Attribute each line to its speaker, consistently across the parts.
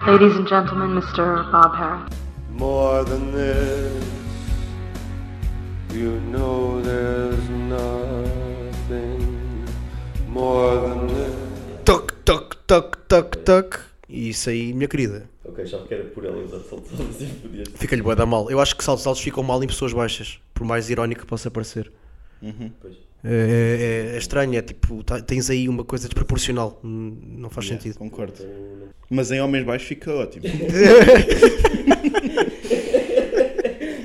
Speaker 1: Ladies and gentlemen, Mr. Bob Harris.
Speaker 2: More than this, you know there's nothing more than this.
Speaker 3: Toc, toc, toc, toc, toc. E isso aí, minha querida.
Speaker 4: Ok, já que era por ela usar saltos altos e podia.
Speaker 3: Fica-lhe boa da mal. Eu acho que saltos altos ficam mal em pessoas baixas, por mais irónico que possa parecer.
Speaker 4: Pois.
Speaker 3: É, é- é estranho, é tipo, tá- tens aí uma coisa desproporcional. Hum, Não faz
Speaker 5: Yeah,
Speaker 3: sentido.
Speaker 5: Concordo. Mas em homens baixos fica ótimo.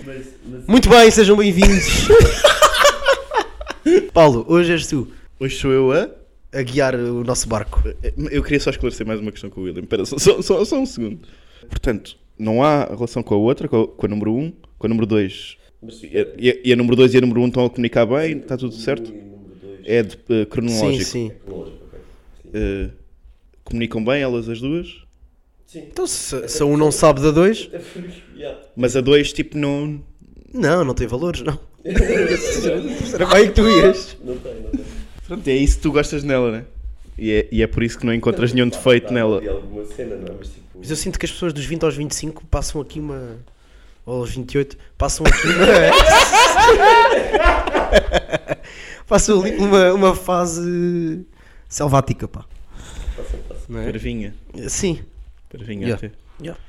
Speaker 4: Mas, mas
Speaker 3: Muito bem, sejam bem-vindos. Paulo, hoje és tu
Speaker 5: Hoje sou eu a.
Speaker 3: a guiar o nosso barco.
Speaker 5: Eu queria só esclarecer mais uma questão com o William. Espera, só, só- só- só um segundo. Portanto, não há relação com a outra, com a, com a número 1, um, com a número 2.
Speaker 4: Mas-
Speaker 5: E, a- e a- e a número 2 e a número 1 um estão a comunicar bem, está tudo certo?
Speaker 4: e número 2
Speaker 5: É de, eh, cronológico.
Speaker 3: Sim, sim.
Speaker 4: tecnológico, ok. Sim.
Speaker 5: Eh, comunicam bem elas as duas,
Speaker 4: Sim.
Speaker 3: Então, se, se um não sabe da dois,
Speaker 4: É porque. Yeah.
Speaker 5: mas a 2 tipo não.
Speaker 3: não, não tem valores, não. Era bem que tu ias.
Speaker 4: Não tem, não tem.
Speaker 5: Pronto, é isso que tu gostas nela, né? E é, e é por isso que não encontras nenhum defeito
Speaker 4: Dá
Speaker 5: nela.
Speaker 4: ali e alguma cena, não é? Mas tipo.
Speaker 3: Mas eu sinto que as pessoas dos 20 aos 25 passam aqui uma. ou aos 28, passam aqui uma. passam ali uma, uma fase selvática, pá.
Speaker 4: Passa, passa.
Speaker 3: Não é?
Speaker 5: Parvinha.
Speaker 3: Sim.
Speaker 5: Parvinha
Speaker 3: Yeah.
Speaker 5: até.
Speaker 3: Yeah.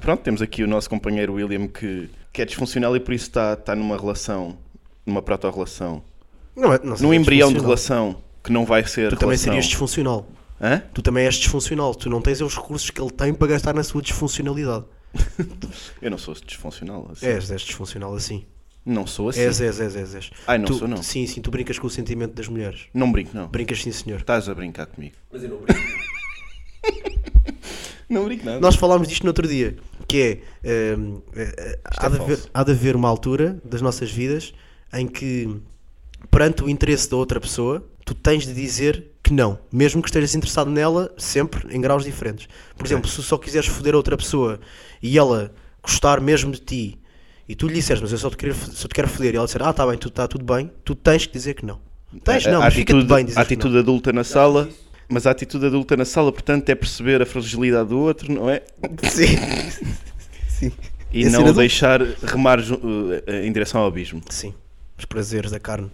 Speaker 5: Pronto, temos aqui o nosso companheiro William que, que é disfuncional e por isso está está numa relação, numa proto-relação,
Speaker 3: Não, é- não
Speaker 5: num
Speaker 3: seria
Speaker 5: embrião de
Speaker 3: disfuncional.
Speaker 5: relação que não vai ser
Speaker 3: Tu também
Speaker 5: relação.
Speaker 3: serias disfuncional.
Speaker 5: Hã?
Speaker 3: Tu também és disfuncional. Tu não tens os recursos que ele tem para gastar na sua disfuncionalidade.
Speaker 5: Eu não sou disfuncional. Assim.
Speaker 3: És, és disfuncional assim.
Speaker 5: Não sou assim.
Speaker 3: És, és, és, és, és.
Speaker 5: Ai, não
Speaker 3: Tu-
Speaker 5: sou, não.
Speaker 3: Sim, sim, tu brincas com o sentimento das mulheres.
Speaker 5: Não brinco, não.
Speaker 3: Brincas sim, senhor.
Speaker 5: Estás a brincar comigo.
Speaker 4: Mas eu não brinco.
Speaker 5: Não brinco nada.
Speaker 3: Nós falámos disto no outro dia, que é, hum, eh, há, de haver,
Speaker 5: é falso.
Speaker 3: há de haver uma altura das nossas vidas em que perante o interesse da outra pessoa, tu tens de dizer que não, mesmo que estejas interessado nela, sempre em graus diferentes.
Speaker 5: É.
Speaker 3: Por exemplo, se só quiseres foder a outra pessoa e ela gostar mesmo de ti e tu lhe disseres, mas eu só te quero, só te quero foder, e ela disser, ah, está bem, tu está tudo bem, tu tens que dizer que não. Tens, não,
Speaker 5: a
Speaker 3: mas fica-te
Speaker 5: atitude,
Speaker 3: bem dizer
Speaker 5: a
Speaker 3: que não.
Speaker 5: atitude adulta na sala, mas a atitude adulta na sala, portanto, é perceber a fragilidade do outro, não é?
Speaker 3: Sim. Sim.
Speaker 5: E
Speaker 3: É ser
Speaker 5: não o
Speaker 3: adulto.
Speaker 5: deixar remar ju- eh, em direção ao abismo.
Speaker 3: Sim, os prazeres da carne.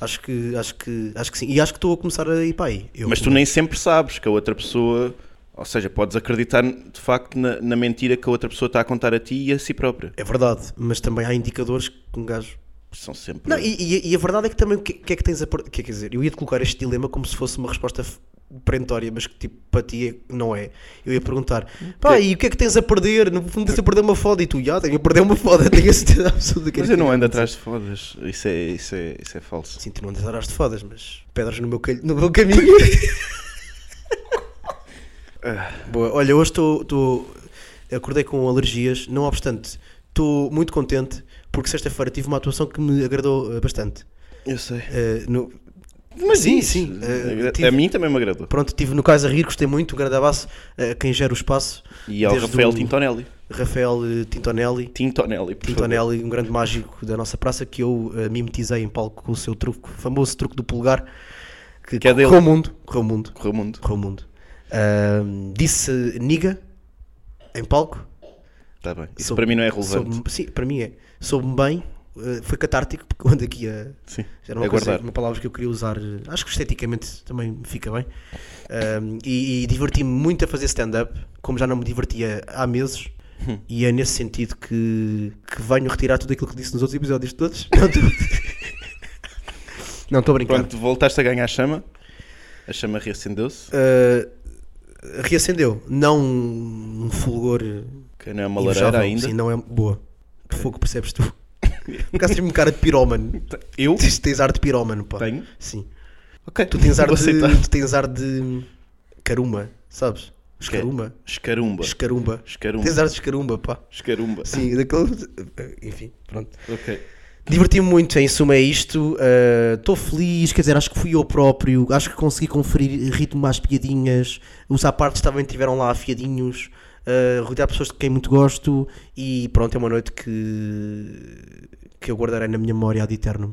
Speaker 3: Acho que, acho que, acho que sim. E acho que estou a começar a ir para aí. Eu-
Speaker 5: Mas tu nem sempre sabes que a outra pessoa, ou seja, podes acreditar de facto na, na mentira que a outra pessoa está a contar a ti e a si própria.
Speaker 3: É verdade, mas também há indicadores que um gajo.
Speaker 5: São sempre.
Speaker 3: Não, e, e- e a verdade é que também o que, que é que tens a. per- Que é, quer dizer, eu ia te colocar este dilema como se fosse uma resposta f- perentória, mas que tipo, para ti é- não é. Eu ia perguntar, pá, e o que é que tens a perder? No fundo, tens a perder uma foda. E tu, já, tenho a perder uma foda, tenho a certeza absoluta que
Speaker 5: Mas
Speaker 3: é
Speaker 5: eu não
Speaker 3: isto.
Speaker 5: ando atrás de fodas. Isso é, isso é, isso é falso.
Speaker 3: Sim, tu não andas atrás de fodas, mas pedras no meu, calho- no meu caminho. Ah, Boa, olha, hoje estou. estou- Acordei com alergias, não obstante, estou muito contente porque sexta-feira tive uma atuação que me agradou eh, bastante.
Speaker 5: Eu sei.
Speaker 3: Eh, no-
Speaker 5: Mas
Speaker 3: Sim,
Speaker 5: isso,
Speaker 3: sim, eh,
Speaker 5: agra-
Speaker 3: tive-
Speaker 5: A mim também me agradou.
Speaker 3: Pronto, estive no caso a rir, gostei muito, um grande abraço a quem gera o espaço.
Speaker 5: E ao
Speaker 3: desde
Speaker 5: Rafael
Speaker 3: o
Speaker 5: Tintonelli.
Speaker 3: Rafael eh, Tintonelli.
Speaker 5: Tintonelli, por favor.
Speaker 3: Tintonelli, um grande mágico da nossa praça que eu eh, mimetizei em palco com o seu truque, famoso truque do pulgar, que,
Speaker 5: Que é dele.
Speaker 3: correu o mundo, correu o mundo.
Speaker 5: Correu o mundo.
Speaker 3: correu o mundo. Ahm, disse niga em palco.
Speaker 5: Está bem. Isso
Speaker 3: Soube-
Speaker 5: para mim não é relevante.
Speaker 3: soube-me- sim, para mim é. Soube-me bem, eh, foi catártico, porque quando aqui a.
Speaker 5: Sim.
Speaker 3: Era uma,
Speaker 5: é
Speaker 3: coisa,
Speaker 5: guardar.
Speaker 3: uma palavra que eu queria usar, eh, acho que esteticamente também me fica bem. Ahm, e e diverti-me muito a fazer stand-up, como já não me divertia há meses.
Speaker 5: Hum.
Speaker 3: E é nesse sentido que, que venho retirar tudo aquilo que disse nos outros episódios todos. Não, estou- Não, estou a brincar.
Speaker 5: Pronto, voltaste a ganhar a chama. A chama reacendeu-se.
Speaker 3: Uh, reacendeu. Não um fulgor
Speaker 5: Que não é uma lareira
Speaker 3: invejável.
Speaker 5: ainda.
Speaker 3: Sim, não é boa. Que fogo percebes tu? Por acaso tens-me cara de pirómano.
Speaker 5: Eu
Speaker 3: Tens, tens ar de pirómano, pá.
Speaker 5: tenho.
Speaker 3: Sim.
Speaker 5: Ok,
Speaker 3: Tu tens ar
Speaker 5: vou aceitar.
Speaker 3: de... Tu tens ar de... Caruma, sabes? Escaruma.
Speaker 5: Escarumba.
Speaker 3: Escarumba.
Speaker 5: Escarumba.
Speaker 3: Tens ar de escarumba, pá.
Speaker 5: Escarumba.
Speaker 3: Sim, daquele... Enfim, pronto.
Speaker 5: Ok.
Speaker 3: Diverti-me muito, em suma é isto. Uh, Estou feliz, quer dizer, acho que fui eu próprio. Acho que consegui conferir ritmo às piadinhas. Os apartes também tiveram lá afiadinhos. Uh, rodear pessoas de quem muito gosto. E pronto, é uma noite que, que eu guardarei na minha memória ad eternum.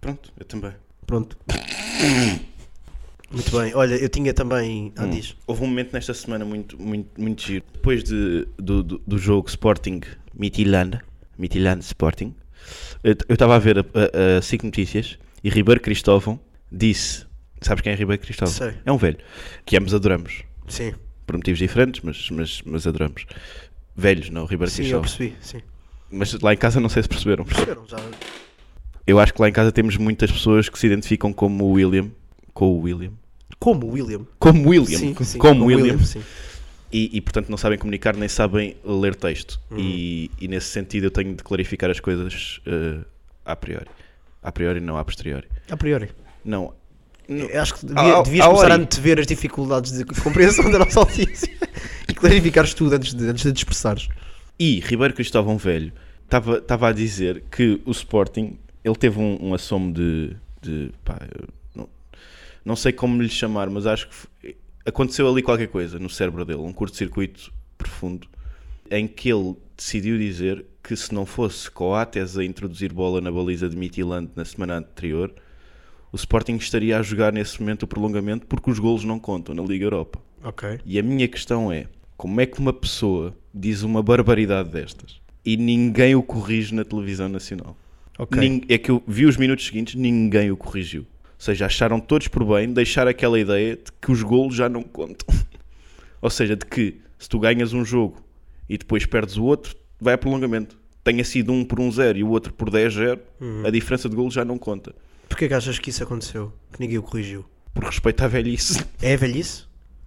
Speaker 5: Pronto, eu também.
Speaker 3: Pronto. Muito bem. Olha, eu tinha também. Ah, diz.
Speaker 5: Houve um momento nesta semana muito, muito, muito giro. Depois de, do, do, do jogo Sporting Mitilanda, Mitilanda Sporting, eu t- eu estava a ver a, a, a SIC Notícias e Ribeiro Cristóvão disse: Sabes quem é Ribeiro Cristóvão?
Speaker 3: Sei.
Speaker 5: É um velho que ambos adoramos,
Speaker 3: Sim,
Speaker 5: por motivos diferentes, mas, mas, mas adoramos. Velhos, não, Ribeiro
Speaker 3: sim, eu
Speaker 5: Cristóvão.
Speaker 3: percebi. Sim.
Speaker 5: Mas lá em casa não sei se perceberam.
Speaker 3: Perceberam, já.
Speaker 5: Eu acho que lá em casa temos muitas pessoas que se identificam como o William. Com o William.
Speaker 3: Como o William.
Speaker 5: Como William.
Speaker 3: Sim, sim.
Speaker 5: como,
Speaker 3: com
Speaker 5: William.
Speaker 3: sim.
Speaker 5: E, e, portanto não sabem comunicar nem sabem ler texto. E, e, nesse sentido eu tenho de clarificar as coisas eh, a priori. A priori não, a posteriori.
Speaker 3: A priori.
Speaker 5: Não. não-
Speaker 3: Eu Acho que devia-
Speaker 5: Ah, ah,
Speaker 3: devias
Speaker 5: ah,
Speaker 3: começar a
Speaker 5: ori.
Speaker 3: antever as dificuldades de compreensão da nossa audiência e clarificares tudo antes de, antes de te expressares.
Speaker 5: E Ribeiro Cristóvão Velho estava estava a dizer que o Sporting ele teve um, um assomo de, de pá, eu não, não sei como lhe chamar, mas acho que f- aconteceu ali qualquer coisa no cérebro dele, um curto-circuito profundo em que ele decidiu dizer que se não fosse Coates a introduzir bola na baliza de Mitilande na semana anterior, o Sporting estaria a jogar nesse momento o prolongamento porque os golos não contam na Liga Europa.
Speaker 3: Ok.
Speaker 5: E a minha questão é: como é que uma pessoa diz uma barbaridade destas e ninguém o corrige na televisão nacional?
Speaker 3: Ok.
Speaker 5: Nin- é que eu vi os minutos seguintes, ninguém o corrigiu. Ou seja, acharam todos por bem deixar aquela ideia de que os golos já não contam. Ou seja, de que se tu ganhas um jogo e depois perdes o outro, vai a prolongamento. Tenha sido um por um zero e o outro por 10-0,
Speaker 3: Uhum.
Speaker 5: a diferença de golos já não conta.
Speaker 3: Porquê que achas que isso aconteceu? Que ninguém o corrigiu?
Speaker 5: Por respeito à velhice.
Speaker 3: É velhice?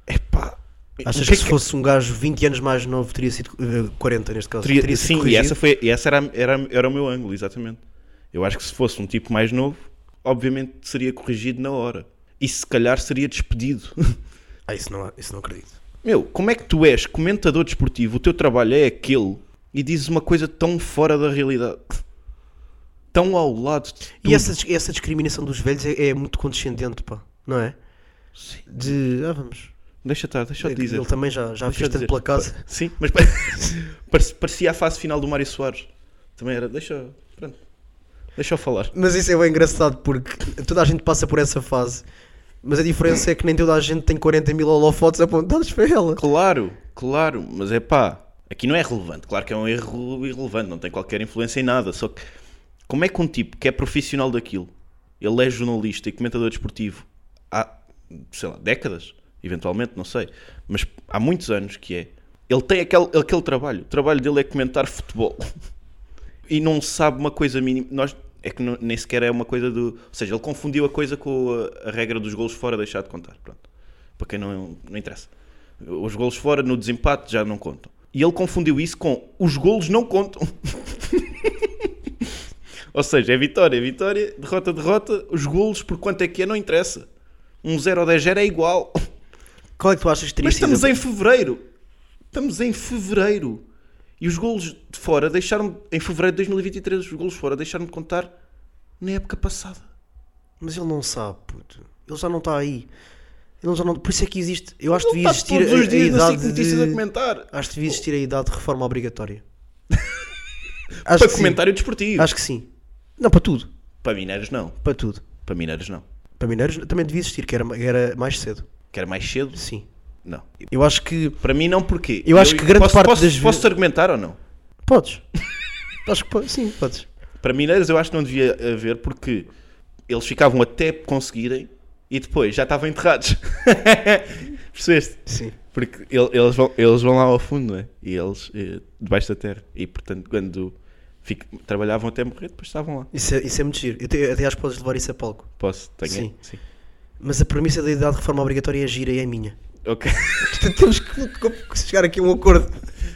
Speaker 5: Epá.
Speaker 3: Achas
Speaker 5: O
Speaker 3: que
Speaker 5: é
Speaker 3: se fosse um gajo 20 anos mais novo teria sido eh, 40 neste caso?
Speaker 5: Teria-
Speaker 3: Teria, sido
Speaker 5: sim, e
Speaker 3: corrigido?
Speaker 5: essa, foi, e essa era, era, era o meu ângulo, exatamente. Eu acho que se fosse um tipo mais novo, obviamente seria corrigido na hora. E se calhar seria despedido.
Speaker 3: Ah, isso não, isso não acredito.
Speaker 5: meu, como é que tu és comentador desportivo, o teu trabalho é aquele e dizes uma coisa tão fora da realidade, tão ao lado de tudo.
Speaker 3: E essa, dis- essa discriminação dos velhos é, é muito condescendente, pá, não é?
Speaker 5: Sim.
Speaker 3: De, ah, vamos.
Speaker 5: Deixa estar, deixa eu te dizer.
Speaker 3: Ele também já, já
Speaker 5: Deixa eu
Speaker 3: fez tanto
Speaker 5: dizer.
Speaker 3: pela casa.
Speaker 5: Sim, mas pare- pare- parecia a fase final do Mário Soares. Também era, deixa, pronto, deixa eu falar.
Speaker 3: Mas isso é bem engraçado porque toda a gente passa por essa fase. Mas a diferença é que nem toda a gente tem 40 mil holofotes apontados para ela.
Speaker 5: Claro, claro, mas é pá, aqui não é relevante. Claro que é um erro irrelevante, não tem qualquer influência em nada. Só que, como é que um tipo que é profissional daquilo, ele é jornalista e comentador desportivo há, sei lá, décadas, eventualmente, não sei, mas há muitos anos que é. Ele tem aquele, aquele trabalho, o trabalho dele é comentar futebol e não sabe uma coisa mínima. Nós, é que não- nem sequer é uma coisa do. Ou seja, ele confundiu a coisa com a, a regra dos golos fora deixar de contar. Pronto. Para quem não, não interessa. Os golos fora no desempate já não contam. E ele confundiu isso com os golos não contam. Ou seja, é vitória, vitória, derrota, derrota. Os golos, por quanto é que é, não interessa. Um 0 ou 10 0 é igual.
Speaker 3: Qual é que tu achas que teria
Speaker 5: Mas
Speaker 3: sido?
Speaker 5: estamos em fevereiro. Estamos em fevereiro. E os golos de fora deixaram em fevereiro de 2023, os golos de fora deixaram de contar na época passada.
Speaker 3: Mas ele não sabe, puto. Ele já não está aí. Ele já não... Por isso é que existe. Eu acho que
Speaker 5: Ele
Speaker 3: devia
Speaker 5: está
Speaker 3: existir
Speaker 5: todos
Speaker 3: a,
Speaker 5: os
Speaker 3: a
Speaker 5: dias assim, na
Speaker 3: idade
Speaker 5: SIC Notícias a
Speaker 3: de-
Speaker 5: comentar.
Speaker 3: Acho que devia existir a idade de reforma obrigatória.
Speaker 5: Para
Speaker 3: que
Speaker 5: comentário desportivo.
Speaker 3: Sim. Acho que sim. Não, para tudo.
Speaker 5: Para mineiros não.
Speaker 3: Para tudo.
Speaker 5: Para mineiros não.
Speaker 3: Para mineiros também devia existir, que era, era mais cedo.
Speaker 5: Quer mais cedo?
Speaker 3: Sim.
Speaker 5: Não.
Speaker 3: Eu acho que.
Speaker 5: Para mim não porquê?
Speaker 3: Eu acho que grande
Speaker 5: posso,
Speaker 3: parte
Speaker 5: posso,
Speaker 3: das ve-
Speaker 5: Posso argumentar ou não?
Speaker 3: Podes. acho que podes. Sim, podes.
Speaker 5: Para mineiros eu acho que não devia haver porque eles ficavam até conseguirem e depois já estavam enterrados. Percebeste?
Speaker 3: Sim.
Speaker 5: Porque el- eles, vão, eles vão lá ao fundo, não é? E eles eh, debaixo da terra. E portanto, quando fic- trabalhavam até morrer, depois estavam lá.
Speaker 3: Isso é, isso é muito giro. Eu, te- eu até acho que podes levar isso a palco.
Speaker 5: Posso? Tenho?
Speaker 3: Sim. Mas a premissa da idade de reforma obrigatória é gira e é minha.
Speaker 5: Ok.
Speaker 3: Portanto, temos que que chegar aqui a um acordo.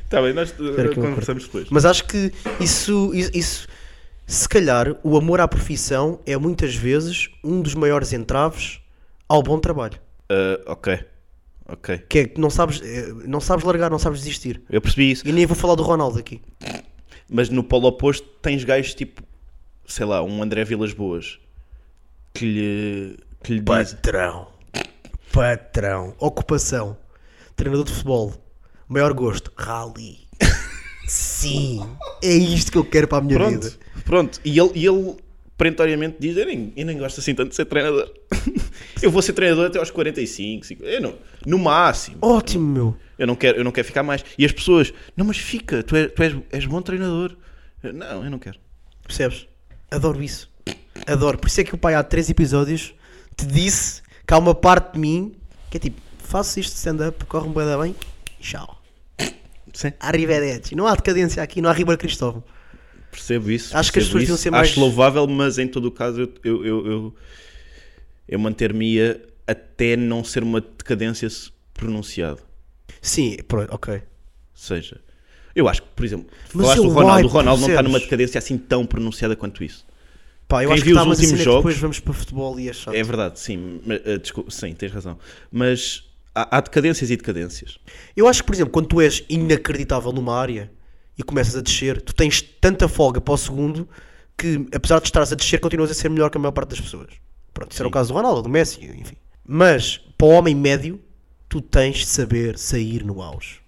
Speaker 5: Está bem, nós eh,
Speaker 3: que eu
Speaker 5: conversamos depois.
Speaker 3: Mas acho que isso, isso, isso- se calhar, o amor à profissão é muitas vezes um dos maiores entraves ao bom trabalho.
Speaker 5: Ah, ok. Ok.
Speaker 3: Que é que não sabes, eh, não sabes largar, não sabes desistir.
Speaker 5: Eu percebi isso.
Speaker 3: E nem vou falar do Ronaldo aqui.
Speaker 5: Mas no polo oposto tens gajos tipo, sei lá, um André Vilas Boas que lhe, que lhe diz.
Speaker 3: Patrão. Patrão. Ocupação. Treinador de futebol. Maior gosto. Rally. Sim. É isto que eu quero para a minha vida.
Speaker 5: Pronto, pronto. E ele, e ele perentoriamente diz: eu nem, eu nem gosto assim tanto de ser treinador. Eu vou ser treinador até aos 45, 50, eu não, no máximo.
Speaker 3: Ótimo, meu.
Speaker 5: Eu não quero, eu não quero ficar mais. E as pessoas, não, mas fica, tu és, tu és, és bom treinador. Eu, Não, eu não quero.
Speaker 3: Percebes? Adoro isso. Adoro. Por isso é que o pai há três episódios te disse que há uma parte de mim que é tipo, faço isto de stand-up, corre-me bué da bem, tchau.
Speaker 5: Sim.
Speaker 3: Arrivederci. Não há decadência aqui, não há Ribeiro Cristóvão.
Speaker 5: Percebo isso.
Speaker 3: Acho que as
Speaker 5: percebo
Speaker 3: pessoas deviam
Speaker 5: isso.
Speaker 3: ser mais-
Speaker 5: Acho louvável, mas em todo o caso eu, eu, eu, eu, eu manter-me-ia até não ser uma decadência pronunciada.
Speaker 3: Sim, pronto, ok.
Speaker 5: seja, eu acho que, por exemplo,
Speaker 3: Mas
Speaker 5: falaste
Speaker 3: eu
Speaker 5: do Ronaldo,
Speaker 3: hype,
Speaker 5: o Ronaldo não está
Speaker 3: percebes?
Speaker 5: numa decadência assim tão pronunciada quanto isso.
Speaker 3: Pá, eu
Speaker 5: Quem
Speaker 3: acho que
Speaker 5: viu
Speaker 3: está
Speaker 5: os
Speaker 3: mais a
Speaker 5: últimos
Speaker 3: cena que
Speaker 5: jogos-
Speaker 3: depois vamos para futebol e é chato.
Speaker 5: É verdade, sim, mas, eh, desculpa, sim, tens razão. Mas há, há decadências e decadências.
Speaker 3: Eu acho que, por exemplo, quando tu és inacreditável numa área e começas a descer, tu tens tanta folga para o segundo que, apesar de estares a descer, continuas a ser melhor que a maior parte das pessoas. Pronto, isso era o caso do Ronaldo, do Messi, enfim. Mas, para o homem médio, tu tens de saber sair no auge.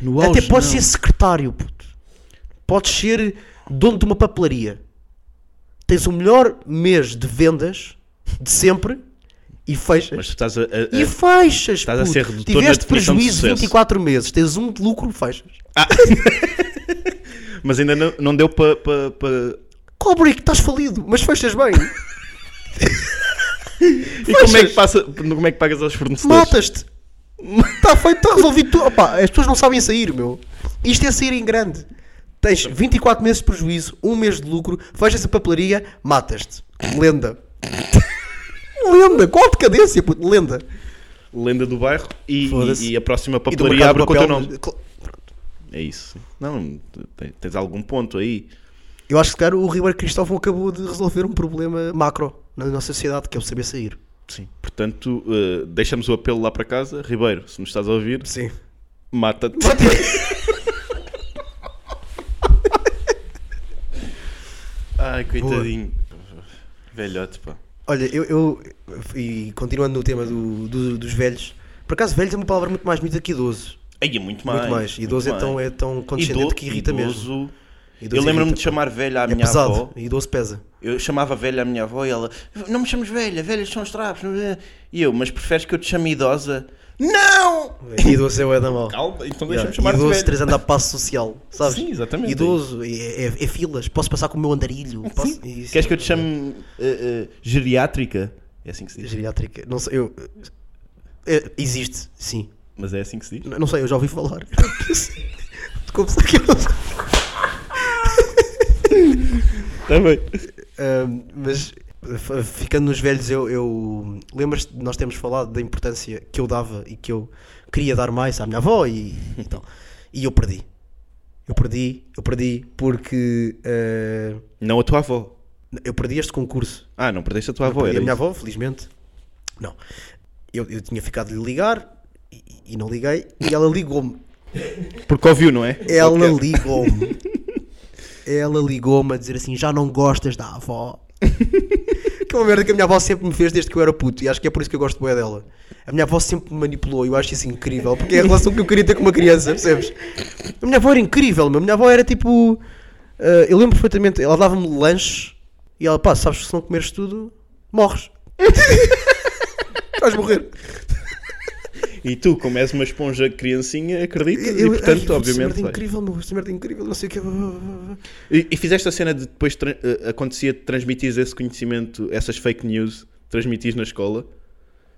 Speaker 5: No
Speaker 3: Até podes ser secretário, puto. Podes ser dono de uma papelaria. Tens o melhor mês de vendas de sempre e fechas.
Speaker 5: Mas tu estás a, a- a-
Speaker 3: E fechas,
Speaker 5: É. Estás a
Speaker 3: puto.
Speaker 5: ser redutor na
Speaker 3: Tiveste
Speaker 5: definição de
Speaker 3: prejuízo
Speaker 5: sucesso.
Speaker 3: 24 meses, tens um de lucro, fechas.
Speaker 5: mas ainda não, não deu para pa, pa-
Speaker 3: Cobre que estás falido, mas fechas bem.
Speaker 5: E como é que passa, como é que pagas aos fornecedores?
Speaker 3: Matas-te. Está feito, está resolvido tudo. Opa, as pessoas não sabem sair, meu. Isto é sair em grande. Tens 24 meses de prejuízo, um mês de lucro, fechas a papelaria, matas-te. Lenda. Lenda, qual decadência, puto? Lenda.
Speaker 5: Lenda do bairro e,
Speaker 3: Foda-se.
Speaker 5: e- e a próxima
Speaker 3: E do
Speaker 5: papelaria abre
Speaker 3: do
Speaker 5: com o teu
Speaker 3: papel,
Speaker 5: nome.
Speaker 3: cl-
Speaker 5: É isso. Não, te- tens algum ponto aí.
Speaker 3: Eu acho que se calhar, o Ribeiro Cristóvão acabou de resolver um problema macro na nossa sociedade, que é o saber sair.
Speaker 5: Sim. Portanto, eh, deixamos o apelo lá para casa. Ribeiro, se nos estás a ouvir,
Speaker 3: Sim.
Speaker 5: mata-te. Ai, coitadinho. Velhote, pá.
Speaker 3: Olha, eu, eu- e continuando no tema do- do- dos velhos, por acaso velhos é uma palavra muito mais bonita que idoso.
Speaker 5: Aí é muito mais.
Speaker 3: muito mais. Idoso
Speaker 5: muito
Speaker 3: então
Speaker 5: mais.
Speaker 3: é tão condescendente
Speaker 5: Ido-
Speaker 3: que irrita mesmo.
Speaker 5: idoso-
Speaker 3: Idoso
Speaker 5: eu lembro-me
Speaker 3: irrita,
Speaker 5: de chamar velha à
Speaker 3: É
Speaker 5: minha
Speaker 3: pesado.
Speaker 5: avó.
Speaker 3: Idoso pesa.
Speaker 5: Eu chamava velha à minha avó e ela, não me chames velha, velhas são os trapos. não é?" E eu, mas preferes que eu te chame idosa? Não!
Speaker 3: Idoso é o Edamol.
Speaker 5: Calma,
Speaker 3: Yeah.
Speaker 5: então deixa-me chamar de
Speaker 3: Idoso,
Speaker 5: velha.
Speaker 3: três andar passo social, sabes?
Speaker 5: Sim, exatamente.
Speaker 3: Idoso, é, é- é filas, posso passar com o meu andarilho. Posso... Isso. é
Speaker 5: Queres que eu te chame eh, eh, geriátrica? É assim que se diz.
Speaker 3: Geriátrica, não sei, eu... é, existe, sim.
Speaker 5: Mas é assim que se diz.
Speaker 3: N- Não sei, eu já ouvi falar. Como se que eu não sei. Tá
Speaker 5: Também.
Speaker 3: Ahm, mas f- ficando nos velhos, eu, eu lembras de nós termos falado da importância que eu dava e que eu queria dar mais à minha avó e, e tal. E eu perdi. Eu perdi, eu perdi porque ah,
Speaker 5: Não a tua avó.
Speaker 3: eu perdi este concurso.
Speaker 5: Ah, não perdeste a tua
Speaker 3: Eu
Speaker 5: avó,
Speaker 3: perdi
Speaker 5: era
Speaker 3: a minha
Speaker 5: isso.
Speaker 3: avó, felizmente. Não. Eu, eu tinha ficado de lhe ligar e, e não liguei e ela ligou-me.
Speaker 5: Porque ouviu, não é? O
Speaker 3: Ela
Speaker 5: podcast.
Speaker 3: ligou-me. Ela ligou-me a dizer assim: já não gostas da avó. que é uma merda que a minha avó sempre me fez desde que eu era puto. E acho que é por isso que eu gosto bem dela. A minha avó sempre me manipulou e eu acho isso incrível. Porque é a relação que eu queria ter com uma criança, percebes? A minha avó era incrível, meu. A minha avó era tipo. ah, eu lembro perfeitamente, ela dava-me lanche e ela, pá, sabes que se não comeres tudo, morres. Vais morrer.
Speaker 5: E tu, como és uma esponja criancinha, acreditas e
Speaker 3: ai,
Speaker 5: portanto,
Speaker 3: esta
Speaker 5: obviamente.
Speaker 3: merda
Speaker 5: vai.
Speaker 3: incrível, meu. Esta merda é incrível, não sei o que.
Speaker 5: E, e fizeste a cena de depois tra- eh, acontecia de transmitires esse conhecimento, essas fake news, transmitires na escola.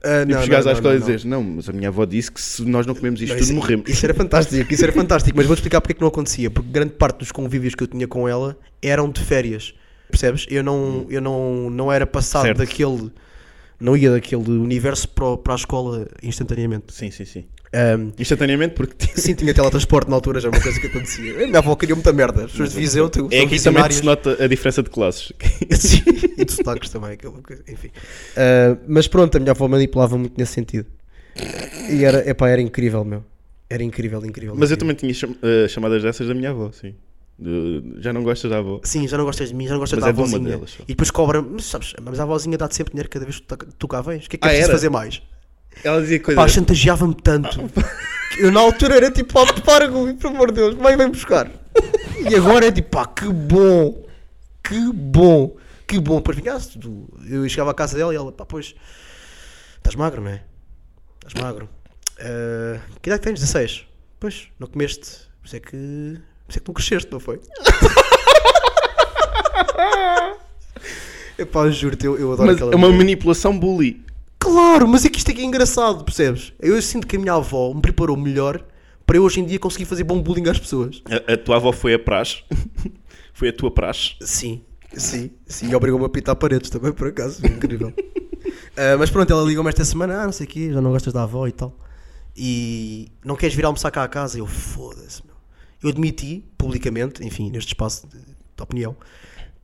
Speaker 3: Ah,
Speaker 5: e
Speaker 3: não,
Speaker 5: chegares
Speaker 3: não,
Speaker 5: à
Speaker 3: não,
Speaker 5: escola
Speaker 3: não,
Speaker 5: e dizes, não. mas a minha avó disse que se nós não comemos isto
Speaker 3: Não,
Speaker 5: tudo,
Speaker 3: isso-
Speaker 5: morremos.
Speaker 3: Isso era fantástico, isso era fantástico, mas vou-te explicar porque é que não acontecia, porque grande parte dos convívios que eu tinha com ela eram de férias, percebes? Eu não, eu não, não era passado
Speaker 5: Hum. Certo.
Speaker 3: daquele, não ia daquele universo para, o- para a escola instantaneamente.
Speaker 5: Sim, sim, sim.
Speaker 3: Ahm,
Speaker 5: Instantaneamente, porque
Speaker 3: sim, tinha teletransporte na altura, já era uma coisa que acontecia. A minha avó queria muita merda, as pessoas de Viseu, tu- são
Speaker 5: é aqui também que
Speaker 3: visionárias.
Speaker 5: se nota a diferença de classes.
Speaker 3: Sim, e de sotaques também, aquela coisa, enfim. Ah, mas pronto, a minha avó manipulava muito nesse sentido. E era, epá, era incrível, meu. Era incrível, incrível.
Speaker 5: Mas eu
Speaker 3: incrível.
Speaker 5: também tinha cham- eh, chamadas dessas da minha avó, sim. De- já não gostas da avó.
Speaker 3: Sim, já não gostas de mim, já não gostas
Speaker 5: Mas
Speaker 3: da
Speaker 5: é de uma
Speaker 3: avózinha.
Speaker 5: delas só.
Speaker 3: e depois cobra, mas sabes, mas a avózinha dá-te sempre dinheiro cada vez que tu toca- tu cá vens. O que é que é
Speaker 5: Ah,
Speaker 3: preciso
Speaker 5: era?
Speaker 3: fazer mais?
Speaker 5: Ela dizia
Speaker 3: Pá,
Speaker 5: coisas. assim.
Speaker 3: chantageava-me tanto. que Eu na altura era tipo, pá, para, Gui, pelo amor de Deus, vai, vem buscar. E agora é tipo, pá, que bom, que bom, que bom. Depois vinha, ah, se tu- eu chegava à casa dela e ela, pá, pois, Estás magro, não é? Estás magro. Ah, que idade que tens? 16? Pois, não comeste. Por isso é que. Por isso é que não cresceste, não foi? Epá, juro-te, eu, eu adoro
Speaker 5: Mas
Speaker 3: aquela
Speaker 5: é uma
Speaker 3: mulher.
Speaker 5: manipulação bully.
Speaker 3: Claro, mas é que isto aqui é engraçado, percebes? Eu sinto que a minha avó me preparou melhor para eu hoje em dia conseguir fazer bom bullying às pessoas.
Speaker 5: A, a tua avó foi a praxe. foi a tua praxe.
Speaker 3: Sim, sim, sim. E obrigou-me a pintar paredes também, por acaso. Foi Incrível. Ah, mas pronto, ela ligou-me esta semana, ah, não sei o quê, já não gostas da avó e tal. E não queres vir almoçar cá a casa? Eu, foda-se, meu. Eu admiti, publicamente, enfim, neste espaço de, de opinião,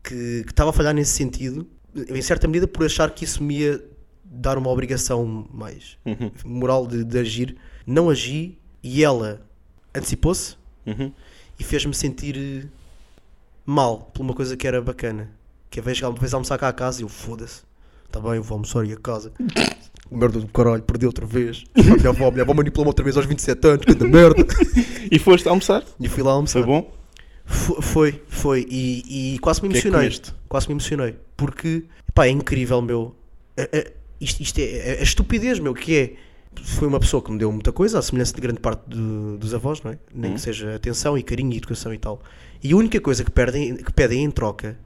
Speaker 3: que que estava a falhar nesse sentido, em certa medida por achar que isso me ia dar uma obrigação mais moral de, de agir. Não agi e ela antecipou-se
Speaker 5: Uhum.
Speaker 3: e fez-me sentir eh, mal por uma coisa que era bacana. Que a vez, uma vez almoçar cá a casa e eu foda-se. Está bem, eu vou almoçar e a casa. merda do caralho, perdi outra vez. A minha avó, a minha avó manipulou-me outra vez aos 27 anos, que merda.
Speaker 5: E foste almoçar?
Speaker 3: E fui lá almoçar.
Speaker 5: Foi bom?
Speaker 3: Fo- Foi, foi. E, e quase me
Speaker 5: O que é que
Speaker 3: emocionei.
Speaker 5: comeste?
Speaker 3: quase me emocionei. Porque, pá, é incrível, meu. A, a- isto, isto é a, a estupidez, meu, que é. Foi uma pessoa que me deu muita coisa, à semelhança de grande parte do- dos avós, não é? Nem
Speaker 5: Uhum.
Speaker 3: que seja atenção e carinho e educação e tal. E a única coisa que, perdem, que pedem em troca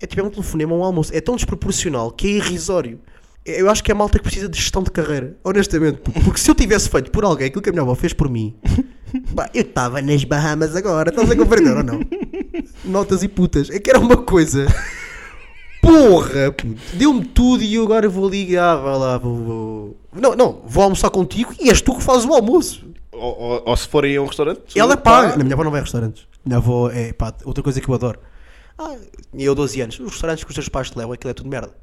Speaker 3: é tipo é um telefonema ou um almoço. É tão desproporcional que é irrisório. Eu acho que é a malta que precisa de gestão de carreira, honestamente. Porque se eu tivesse feito por alguém aquilo que a minha avó fez por mim, pá, eu estava nas Bahamas agora, estás a compreender ou não? Notas e putas. É que era uma coisa. Porra, puto. Deu-me tudo e eu agora vou ligar. Vai lá, vou, vou- Não, não, vou almoçar contigo e és tu que fazes o almoço.
Speaker 5: Ou, ou- ou se forem a um restaurante?
Speaker 3: Ela paga. Na minha avó não vai a restaurantes. Minha avó é pá, outra coisa que eu adoro. Ah, e eu 12 anos. Os restaurantes que os teus pais te levam, aquilo é tudo merda.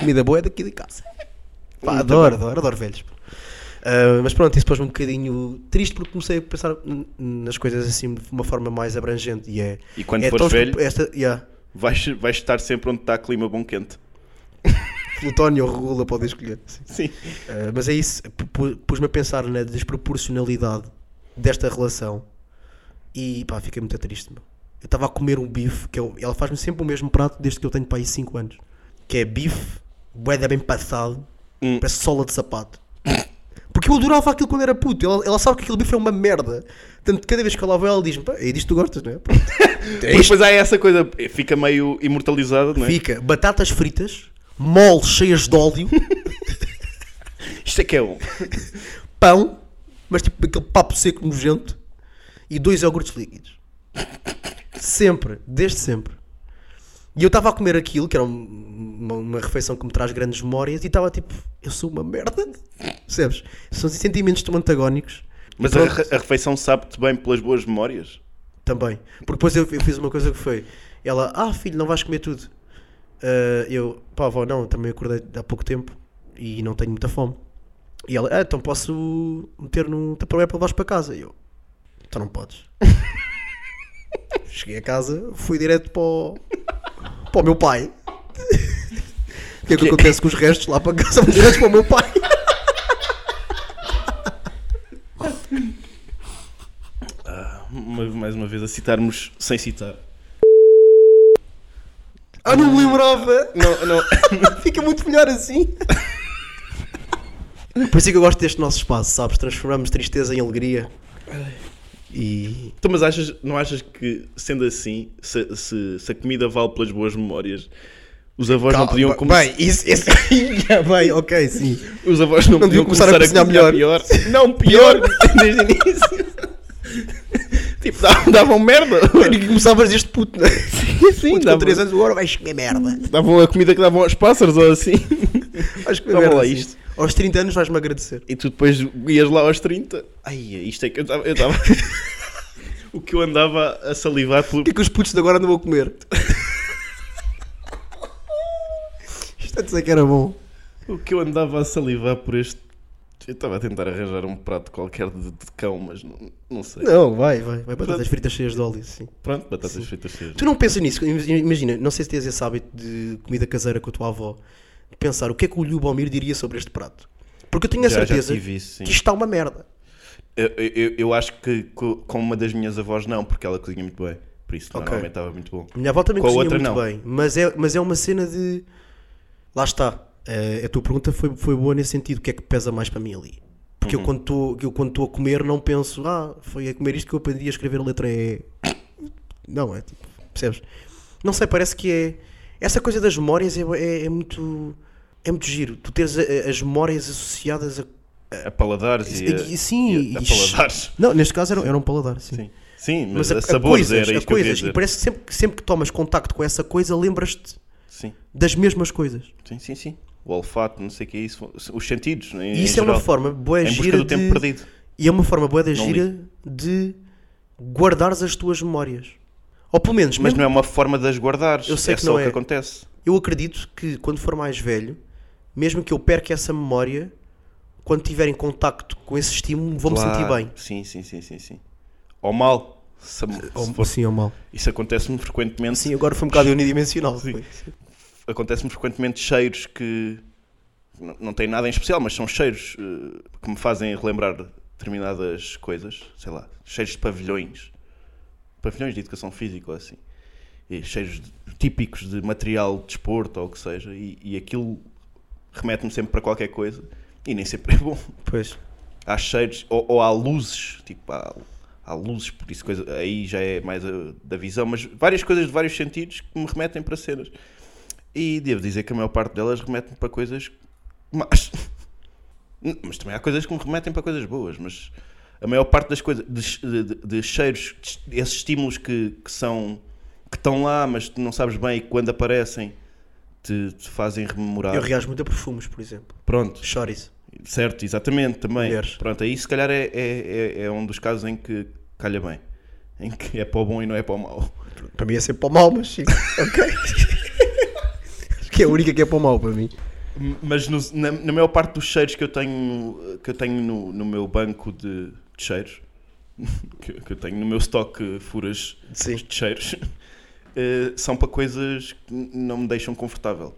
Speaker 3: Comida boa é daqui de casa. Pá, adoro, adoro, adoro velhos. pá. Ah, mas pronto, isso pôs-me um bocadinho triste porque comecei a pensar n- nas coisas assim de uma forma mais abrangente. E, é,
Speaker 5: E quando
Speaker 3: é
Speaker 5: fores
Speaker 3: tão
Speaker 5: velho?
Speaker 3: estu- Esta, yeah,
Speaker 5: Vais, vais estar sempre onde está clima bom quente.
Speaker 3: Plutónio ou Regula podem escolher. Sim.
Speaker 5: Sim.
Speaker 3: Uh, mas é isso, pu- pu- pus-me a pensar na desproporcionalidade desta relação e pá, fiquei muito triste. Meu. Eu estava a comer um bife, que eu- ela faz-me sempre o mesmo prato desde que eu tenho para aí 5 anos, que é bife, boeda bem passado,
Speaker 5: Hum.
Speaker 3: parece sola de sapato. Porque eu adorava aquilo quando era puto, ela, ela sabe que aquele bife é uma merda. Portanto, cada vez que ela vai, ela diz-me: pá, é disto que tu gostas, não é? Pronto. É
Speaker 5: Porque
Speaker 3: isto
Speaker 5: depois há essa coisa, fica meio imortalizada, não é?
Speaker 3: Fica batatas fritas, moles cheias de óleo.
Speaker 5: Isto é que é um.
Speaker 3: pão, mas tipo aquele papo seco nojento e dois iogurtes líquidos. Sempre, desde sempre. E eu estava a comer aquilo, que era um- uma, uma refeição que me traz grandes memórias, e estava tipo, eu sou uma merda. Percebes? São sentimentos tão antagónicos.
Speaker 5: Mas a, re- a refeição sabe-te bem pelas boas memórias.
Speaker 3: Também. Porque depois eu, eu fiz uma coisa que foi: ela, ah, filho, não vais comer tudo. Ah, eu, pá, avó, não, também acordei há pouco tempo e não tenho muita fome. E ela, ah, então posso meter num tupperware para levares para casa. E eu, então não podes. Cheguei a casa, fui direto para o, para o meu pai. O que é que acontece com os restos lá para casa? Vão direto para o meu pai.
Speaker 5: Uma- mais uma vez a citarmos sem citar.
Speaker 3: Ah, não me lembrava!
Speaker 5: Não, não.
Speaker 3: Fica muito melhor assim. Por isso é que eu gosto deste nosso espaço, sabes? Transformamos tristeza em alegria. E.
Speaker 5: Então, mas achas, não achas que, sendo assim, se, se- se a comida vale pelas boas memórias, os avós não podiam começar.
Speaker 3: Bem, isso. isso... Yeah, bem, ok, sim.
Speaker 5: Os avós não,
Speaker 3: Não
Speaker 5: podiam
Speaker 3: deviam
Speaker 5: começar, a cozinhar, melhor. Não, pior, desde o início. tipo, davam, davam merda.
Speaker 3: E é começavas este puto, né? Sim, sim. Puto, com
Speaker 5: dava-
Speaker 3: 3 anos agora vais comer merda.
Speaker 5: Davam a comida que davam aos pássaros ou assim.
Speaker 3: Vais comer
Speaker 5: Toma
Speaker 3: merda.
Speaker 5: lá
Speaker 3: sim.
Speaker 5: isto.
Speaker 3: Aos 30 anos vais-me agradecer.
Speaker 5: E tu depois ias lá aos 30. Ai, isto é que eu estava. Eu tava- o que eu andava a salivar por.
Speaker 3: O que é que os putos de agora andam a comer? Isto a dizer que era bom.
Speaker 5: O que eu andava a salivar por este. Eu estava a tentar arranjar um prato qualquer de, de cão, mas não, não sei.
Speaker 3: Não, vai, vai. Vai batatas fritas cheias de óleo, sim.
Speaker 5: Pronto, batatas fritas cheias.
Speaker 3: Tu não pensas nisso? Imagina, não sei se tens esse hábito de comida caseira com a tua avó, de pensar o que é que o Lubomir diria sobre este prato. Porque eu tenho a
Speaker 5: Já- já
Speaker 3: certeza
Speaker 5: tive isso, sim.
Speaker 3: que isto está uma merda.
Speaker 5: Eu, eu, eu acho que co- com uma das minhas avós não, porque ela cozinha muito bem. Por isso,
Speaker 3: Ok.
Speaker 5: normalmente estava muito bom.
Speaker 3: A minha avó também
Speaker 5: Com a
Speaker 3: cozinha
Speaker 5: outra,
Speaker 3: muito
Speaker 5: não.
Speaker 3: bem, mas é, mas é uma cena de. Lá está. Eh, a tua pergunta foi, foi boa nesse sentido. O que é que pesa mais para mim ali? Porque
Speaker 5: Uhum.
Speaker 3: eu quando estou- eu quando estou a comer não penso, ah, foi a comer isto que eu aprendi a escrever a letra E. Não, é tipo, percebes? Não sei, parece que é. Essa coisa das memórias é, é- é muito. É muito giro. Tu teres a- a- as memórias associadas a.
Speaker 5: A Eh, paladares e, a,
Speaker 3: e- sim,
Speaker 5: e a, a
Speaker 3: e-
Speaker 5: paladares.
Speaker 3: Não, neste caso era, um- era um paladar, sim.
Speaker 5: Sim, sim
Speaker 3: Mas
Speaker 5: mas,
Speaker 3: a,
Speaker 5: a
Speaker 3: a
Speaker 5: sabores
Speaker 3: coisas,
Speaker 5: era
Speaker 3: a
Speaker 5: isto é que eu queria
Speaker 3: coisas. E
Speaker 5: dizer.
Speaker 3: parece que sempre, que sempre que tomas contacto com essa coisa, lembras-te
Speaker 5: Sim,
Speaker 3: das mesmas coisas.
Speaker 5: sim, sim, sim. O olfato, não sei o que é isso. Os sentidos, né, em,
Speaker 3: E isso
Speaker 5: em
Speaker 3: é uma
Speaker 5: geral.
Speaker 3: forma boa
Speaker 5: Em busca
Speaker 3: gira
Speaker 5: do tempo
Speaker 3: de...
Speaker 5: perdido.
Speaker 3: E é uma forma boa da
Speaker 5: Não
Speaker 3: gira de guardares as tuas memórias. Ou pelo menos,
Speaker 5: Mas
Speaker 3: mesmo-
Speaker 5: não é uma forma de as guardares.
Speaker 3: Eu sei
Speaker 5: é
Speaker 3: que
Speaker 5: só
Speaker 3: não
Speaker 5: o que
Speaker 3: é.
Speaker 5: acontece.
Speaker 3: eu acredito que quando for mais velho, mesmo que eu perca essa memória, quando tiver em contacto com esse estímulo, vou-me
Speaker 5: Claro.
Speaker 3: sentir bem.
Speaker 5: Sim, sim, sim, sim, sim. Ou mal. Se, se for-
Speaker 3: sim ou mal.
Speaker 5: Isso acontece-me frequentemente.
Speaker 3: Sim, agora foi um bocado unidimensional.
Speaker 5: Sim.
Speaker 3: foi.
Speaker 5: Acontece-me frequentemente cheiros que n- não têm nada em especial, mas são cheiros eh, que me fazem relembrar determinadas coisas, sei lá, cheiros de pavilhões, pavilhões de educação física ou assim, e cheiros de- típicos de material de desporto ou o que seja, e, e aquilo remete-me sempre para qualquer coisa e nem sempre é bom.
Speaker 3: Pois.
Speaker 5: há cheiros ou, ou há luzes, tipo há, há luzes, por isso coisa, aí já é mais uh, da visão, mas várias coisas de vários sentidos que me remetem para cenas. E devo dizer que a maior parte delas remete-me para coisas más. Mas também há coisas que me remetem para coisas boas, mas a maior parte das coisas, de, de- de cheiros, de- esses estímulos que, que são que estão lá, mas tu não sabes bem e quando aparecem te, te fazem rememorar.
Speaker 3: Eu reajo muito a perfumes, por exemplo.
Speaker 5: Pronto.
Speaker 3: Choris.
Speaker 5: Certo, exatamente, também.
Speaker 3: Mulheres.
Speaker 5: Pronto, aí se calhar é, é, é- é um dos casos em que calha bem. Em que é para o bom e não é para o mau.
Speaker 3: Para mim é sempre para o mal, mas sim. ok. que é a única que é para o mal para mim.
Speaker 5: M- Mas no- na, na maior parte dos cheiros que eu tenho, que eu tenho no, no meu banco de, de cheiros, que, que eu tenho no meu estoque furas
Speaker 3: Sim.
Speaker 5: de cheiros, eh, são para coisas que n- não me deixam confortável.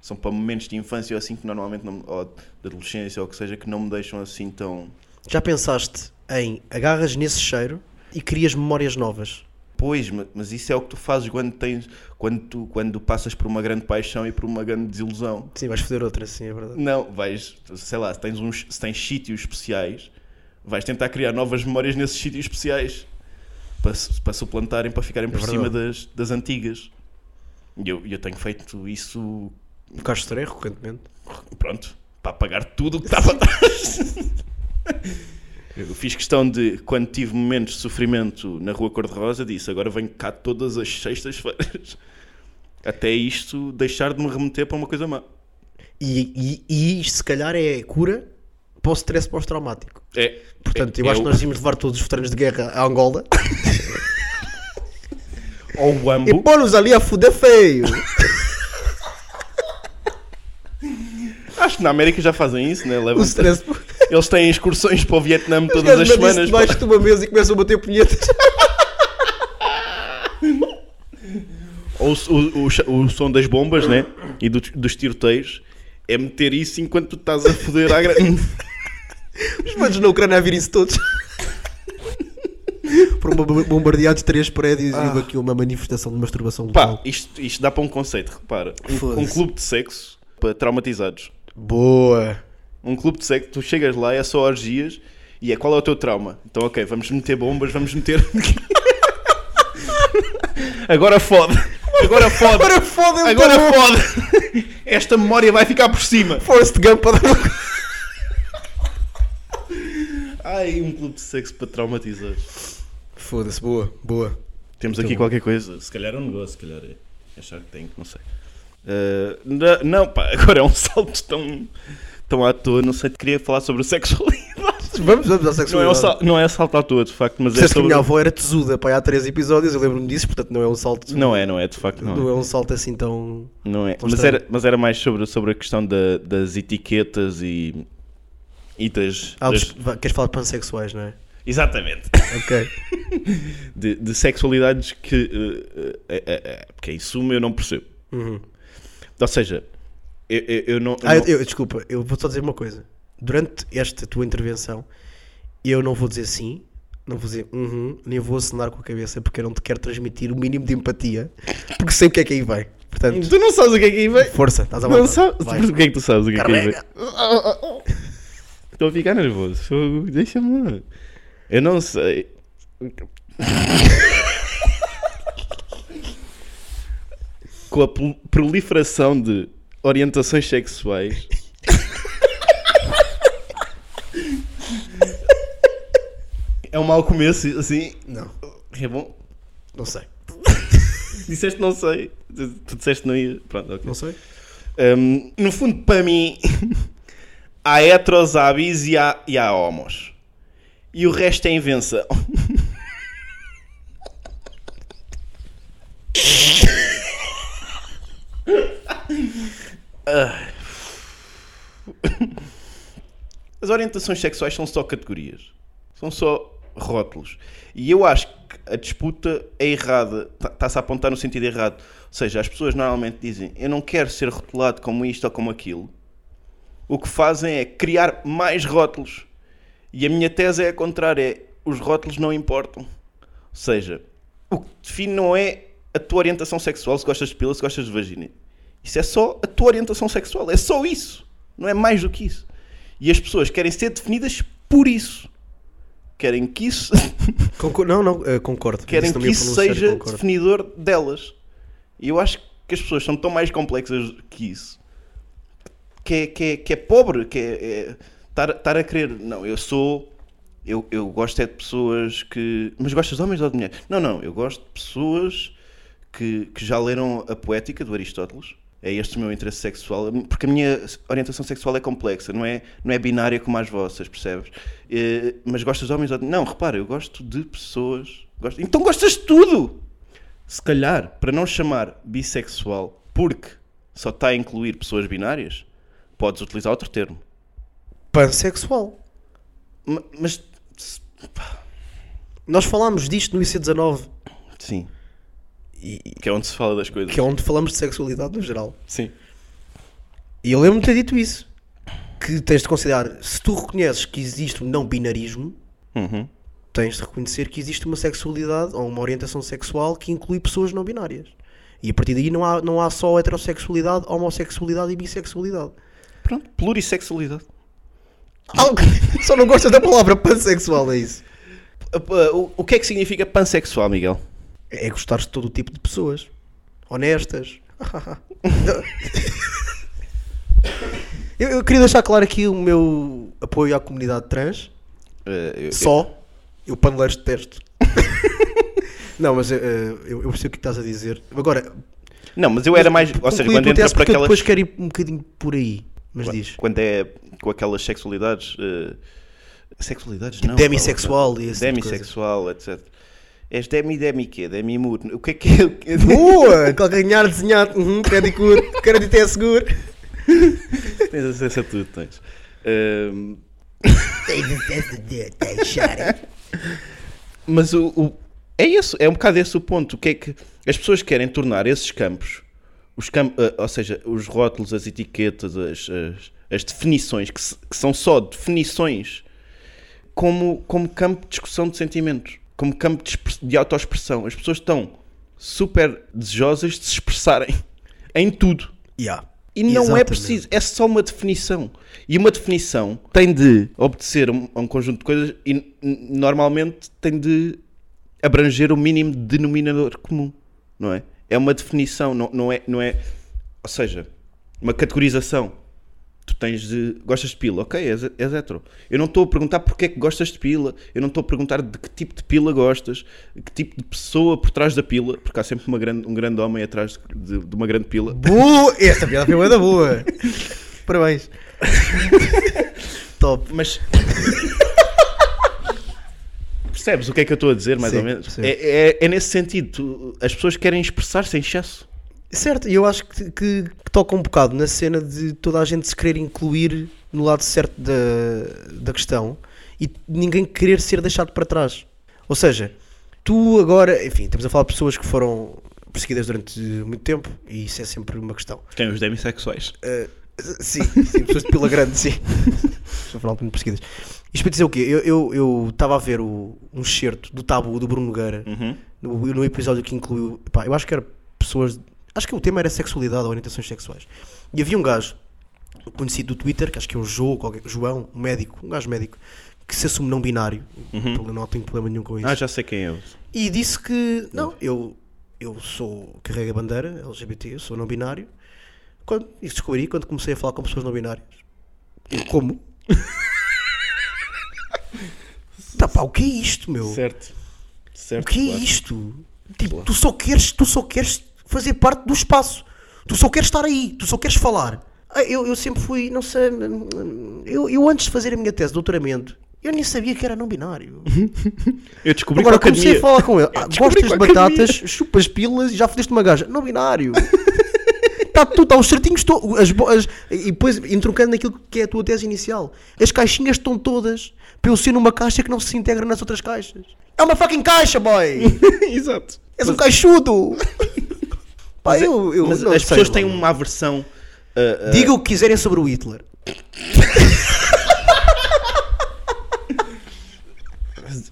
Speaker 5: São para momentos de infância ou assim que normalmente, não, ou de adolescência ou o que seja, que não me deixam assim tão.
Speaker 3: Já pensaste em agarras nesse cheiro e crias memórias novas?
Speaker 5: Pois, ma- mas isso é o que tu fazes quando tens, quando tu, quando passas por uma grande paixão e por uma grande desilusão.
Speaker 3: Sim, vais fazer outra, sim, é verdade.
Speaker 5: Não, vais, sei lá, se tens uns, se tens sítios especiais, vais tentar criar novas memórias nesses sítios especiais para, su- para suplantarem, para ficarem por cima das, das antigas. E eu, eu tenho feito isso,
Speaker 3: O Carlos Torreiro, Um recorrentemente.
Speaker 5: pronto, para apagar tudo o que estava atrás. Eu fiz questão de, quando tive momentos de sofrimento na Rua Cor-de-Rosa, disse agora venho cá todas as sextas-feiras. Até isto deixar de me remeter para uma coisa má.
Speaker 3: E, e, e isto, se calhar, é cura para o stress pós-traumático.
Speaker 5: É,
Speaker 3: Portanto,
Speaker 5: é-
Speaker 3: eu acho
Speaker 5: é
Speaker 3: que nós devíamos levar todos os veteranos de guerra à Angola
Speaker 5: o- Ou o
Speaker 3: e
Speaker 5: ambo.
Speaker 3: pô-los ali a fuder feio.
Speaker 5: Acho que na América já fazem isso, né?
Speaker 3: O
Speaker 5: Levam
Speaker 3: stress.
Speaker 5: Eles têm excursões para o Vietnã
Speaker 3: Os
Speaker 5: todas
Speaker 3: gajos
Speaker 5: as
Speaker 3: metem-se
Speaker 5: semanas. pá.
Speaker 3: debaixo de uma mesa e começam a bater punhetas.
Speaker 5: Ou se- o, o cha- o som das bombas, né? E do- dos tiroteios. É meter isso enquanto tu estás a foder à grande.
Speaker 3: Os manos na Ucrânia a virem-se todos. Por um uma bo- bombardeados três prédios e houve aqui uma manifestação de masturbação
Speaker 5: Pá,
Speaker 3: local.
Speaker 5: isto, isto dá para um conceito, repara. Um,
Speaker 3: Foda-se.
Speaker 5: um clube de sexo para traumatizados.
Speaker 3: Boa.
Speaker 5: Um clube de sexo, tu chegas lá, é só orgias e é qual é o teu trauma? Então, ok, vamos meter bombas, vamos meter. Agora fode. Agora fode.
Speaker 3: Agora foda-me.
Speaker 5: Agora
Speaker 3: tá bom.
Speaker 5: fode. Esta memória vai ficar por cima.
Speaker 3: Forrest Gump para dar uma-
Speaker 5: Ai, um clube de sexo para traumatizar.
Speaker 3: Foda-se, boa, boa.
Speaker 5: Temos aqui qualquer coisa. Se calhar é um negócio, se calhar é. Achar que tem, não sei. Ah, na- não, pá, agora é um salto tão, tão à toa. Não sei, queria falar sobre sexualidade.
Speaker 3: Vamos, vamos à
Speaker 5: Não é, um
Speaker 3: sexualidade.
Speaker 5: sal, não é salto à toa, de facto, mas é
Speaker 3: Disseste que a
Speaker 5: sobre...
Speaker 3: minha avó era tesuda, pá, há três episódios, eu lembro-me disso, portanto não é um salto,
Speaker 5: Não é, não é, de facto,
Speaker 3: não,
Speaker 5: não é.
Speaker 3: é um salto assim tão...
Speaker 5: Não é.
Speaker 3: Tão
Speaker 5: Mas,
Speaker 3: estranho.
Speaker 5: era, mas era mais sobre, sobre a questão da- das etiquetas e, e das...
Speaker 3: Ah,
Speaker 5: das-
Speaker 3: vá, queres falar de pansexuais, não é?
Speaker 5: Exatamente.
Speaker 3: Ok.
Speaker 5: de, de sexualidades que. eh, eh, eh, eh, porque em suma eu não percebo. Ou seja, eu, eu- eu não. eu
Speaker 3: Uhum. Ah, eu,
Speaker 5: não-
Speaker 3: eu- desculpa, eu vou só dizer uma coisa. Durante esta tua intervenção, eu não vou dizer sim, não vou dizer uhum, nem vou acenar com a cabeça porque eu não te quero transmitir o mínimo de empatia, porque sei o que é que aí vai. Portanto,
Speaker 5: Tu não sabes o que é que aí vem.
Speaker 3: força, estás à
Speaker 5: Não
Speaker 3: vontade.
Speaker 5: sabes.
Speaker 3: Tá Vai.
Speaker 5: Mas O que é que tu sabes o que é que aí vem?
Speaker 3: Carrega.
Speaker 5: Estou a ficar nervoso. Fogo, Deixa-me lá. Eu não sei. Com a pol- proliferação de orientações sexuais. é um mau começo, assim.
Speaker 3: Não,
Speaker 5: É bom.
Speaker 3: não sei.
Speaker 5: Disseste não sei. Tu tu disseste não ia. Pronto, ok.
Speaker 3: Não sei.
Speaker 5: Hum, no fundo, para mim, há heteros, há bis e há, e há homos. E o resto é invenção. Ah. As orientações sexuais são só categorias, são só rótulos. E eu acho que a disputa é errada, está-se a apontar no sentido errado. Ou seja, as pessoas normalmente dizem eu não quero ser rotulado como isto ou como aquilo. O que fazem é criar mais rótulos. E a minha tese é a contrária: é, os rótulos não importam. Ou seja, o que define não é a tua orientação sexual, se gostas de pila, se gostas de vagina. Isso é só a tua orientação sexual, é só isso. Não é mais do que isso. E as pessoas querem ser definidas por isso. Querem que isso
Speaker 3: Concor- não, não, eh, concordo.
Speaker 5: querem
Speaker 3: Disse na
Speaker 5: que
Speaker 3: minha
Speaker 5: isso
Speaker 3: pronúncia,
Speaker 5: seja
Speaker 3: concordo.
Speaker 5: definidor delas. E eu acho que as pessoas são tão mais complexas que isso. Que é, que é, que é pobre, que é estar é, estar a querer. Não, eu sou. Eu, eu gosto é de pessoas que. Mas gostas de homens ou de mulheres? Não, não, eu gosto de pessoas que, que já leram a poética do Aristóteles. É este o meu interesse sexual, porque a minha orientação sexual é complexa, não é, não é binária como as vossas, percebes? Eh, mas gostas de homens ou de... Não, repara, eu gosto de pessoas. Gosto... Então gostas de tudo! Se calhar, para não chamar bissexual, porque só está a incluir pessoas binárias, podes utilizar outro termo.
Speaker 3: Pansexual.
Speaker 5: Ma- Mas, se-
Speaker 3: Nós falámos disto no IC19,
Speaker 5: sim. Que é onde se fala das coisas.
Speaker 3: que é onde falamos de sexualidade no geral.
Speaker 5: Sim.
Speaker 3: E eu lembro-me de ter dito isso. Que tens de considerar, se tu reconheces que existe um não binarismo,
Speaker 5: Uhum.
Speaker 3: tens de reconhecer que existe uma sexualidade ou uma orientação sexual que inclui pessoas não binárias. E a partir daí não há, não há só heterossexualidade, homossexualidade e bissexualidade.
Speaker 5: Pronto, plurissexualidade.
Speaker 3: Algo- Só não gostas da palavra pansexual, é isso?
Speaker 5: Ah, pá, O o que é que significa pansexual, Miguel?
Speaker 3: É gostares de todo o tipo de pessoas. Honestas. eu, eu queria deixar claro aqui o meu apoio à comunidade trans.
Speaker 5: Eh, eu-
Speaker 3: Só eu paneleiros de texto. não, mas eh, eu, eu percebo o que estás a dizer. Agora,
Speaker 5: Não, mas eu era mais. Ou
Speaker 3: conclui a
Speaker 5: seja, quando
Speaker 3: tua
Speaker 5: entra
Speaker 3: tese,
Speaker 5: por
Speaker 3: porque eu
Speaker 5: aquelas.
Speaker 3: depois quero ir um bocadinho por aí. Mas diz.
Speaker 5: Quando é com aquelas sexualidades. eh, sexualidades não.
Speaker 3: demissexual Tipo e esse tipo de coisa.
Speaker 5: Demissexual, etc. És demi, demi quê? Demi mudo. O que é que é? o que é-
Speaker 3: Boa! Calcanhar desenhado, uhum, pedicure, crédito é seguro.
Speaker 5: tens acesso a tudo, tens. Ahm, mas o, o- É isso, é um bocado esse o ponto. O que é que. As pessoas querem tornar esses campos. Os cam- ah, ou seja, os rótulos, as etiquetas, as, as, as definições, que, se- que são só definições, como, como campo de discussão de sentimentos, como campo de, expre- de autoexpressão. As pessoas estão super desejosas de se expressarem em tudo.
Speaker 3: Yeah.
Speaker 5: E não é preciso, é só uma definição. E uma definição tem de obedecer a um, a um conjunto de coisas e n- n- normalmente tem de abranger o mínimo denominador comum, não é? É uma definição, não, não, é, não é. Ou seja, uma categorização. Tu tens de. Gostas de pila, ok, és, és hetero. Eu não estou a perguntar porque é que gostas de pila, eu não estou a perguntar de que tipo de pila gostas, que tipo de pessoa por trás da pila, porque há sempre uma grande, um grande homem atrás de- de uma grande pila.
Speaker 3: Boa! Esta piada foi bué da boa! Parabéns! Top!
Speaker 5: Mas. Percebes o que é que eu estou a dizer, mais
Speaker 3: Sim,
Speaker 5: ou menos?
Speaker 3: sim.
Speaker 5: É, é- é nesse sentido. tu- as pessoas querem expressar-se em excesso.
Speaker 3: Certo, e eu acho que, que, que toca um bocado na cena de toda a gente se querer incluir no lado certo da, da questão e ninguém querer ser deixado para trás. Ou seja, tu agora, enfim, estamos a falar de pessoas que foram perseguidas durante muito tempo e isso é sempre uma questão.
Speaker 5: Tem os demissexuais.
Speaker 3: Uh, sim, sim, pessoas de pila grande, sim. Estou a falar muito perseguidas. Isto para dizer o quê? Eu- Eu eu estava a ver o, um
Speaker 5: Uhum.
Speaker 3: excerto do tabu do Bruno Nogueira no, no episódio que incluiu. pá, eu acho que era pessoas. Acho que o tema era sexualidade ou orientações sexuais. E havia um gajo conhecido do Twitter, que acho que é um João, qualquer- João, um médico, um gajo médico, que se assume não binário. Problema- Não tenho problema nenhum com isso.
Speaker 5: Ah, já sei quem é.
Speaker 3: E disse que não, eu, eu sou carrega a bandeira LGBT, eu sou não binário. Quando, isso descobri quando comecei a falar com pessoas não binárias. Eu, como? tá pá, o que é isto, meu?
Speaker 5: Certo.
Speaker 3: o
Speaker 5: Certo.
Speaker 3: que é
Speaker 5: claro.
Speaker 3: isto? Tipo, tu só queres, tu só queres fazer parte do espaço. Tu só queres estar aí, tu só queres falar. Ah, Eu, eu sempre fui, não sei, eu, eu antes de fazer a minha tese de doutoramento, eu nem sabia que era não binário.
Speaker 5: Eu descobri
Speaker 3: Agora
Speaker 5: que eu
Speaker 3: comecei a falar com ele. Ah,
Speaker 5: descobri
Speaker 3: gostas de
Speaker 5: com a academia.
Speaker 3: batatas, chupas pilas e já fodeste uma gaja. Não binário. Está tudo, está os certinhos, to- as, bo- as- e depois entrocando naquilo que é a tua tese inicial. As caixinhas estão todas para eu ser numa caixa que não se integra nas outras caixas. É uma fucking caixa, boy!
Speaker 5: Exato.
Speaker 3: És um caixudo! Pá, eu, eu
Speaker 5: Mas
Speaker 3: não
Speaker 5: as
Speaker 3: sei,
Speaker 5: pessoas
Speaker 3: mano.
Speaker 5: têm uma aversão. ah, ah,
Speaker 3: Diga o que quiserem sobre o Hitler.
Speaker 5: Um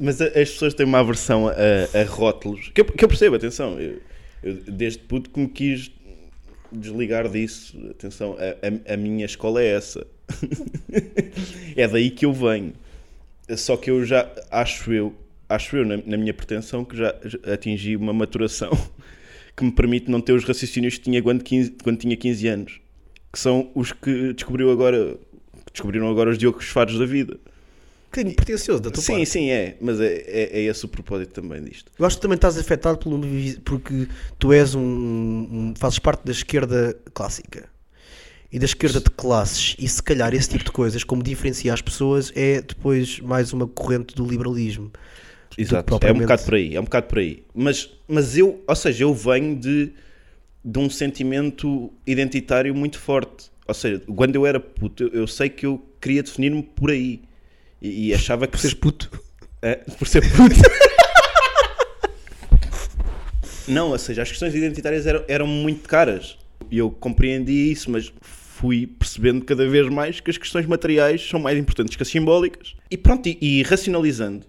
Speaker 5: mas a- as pessoas têm uma aversão a, a rótulos. Que eu, que eu percebo, atenção. Eu, eu desde puto que me quis desligar disso. Atenção, a, a- a minha escola é essa. é daí que eu venho. Só que eu já acho eu, acho eu na, na minha pretensão que já já atingi uma maturação que me permite não ter os raciocínios que tinha quando, 15 quando tinha 15 anos, que são os que descobriu agora, que descobriram agora os Diogo Fados da vida.
Speaker 3: Um bocadinho pretencioso da tua
Speaker 5: Sim,
Speaker 3: parte.
Speaker 5: sim, é, mas é, é, é esse o propósito também disto.
Speaker 3: Eu acho que também estás afetado pelo, porque tu és um, um- fazes parte da esquerda clássica e da esquerda de classes e se calhar esse tipo de coisas, como diferencia as pessoas, é depois mais uma corrente do liberalismo.
Speaker 5: Exato, é um
Speaker 3: propriamente-
Speaker 5: bocado por aí, é um bocado por aí. Mas, mas eu, ou seja, eu venho de, de um sentimento identitário muito forte. Ou seja, quando eu era puto, eu, eu sei que eu queria definir-me por aí. E, e achava que.
Speaker 3: Por seres puto.
Speaker 5: É, por ser puto. Não, ou seja, as questões identitárias eram, eram muito caras. E eu compreendi isso, mas fui percebendo cada vez mais que as questões materiais são mais importantes que as simbólicas. E pronto, e, e racionalizando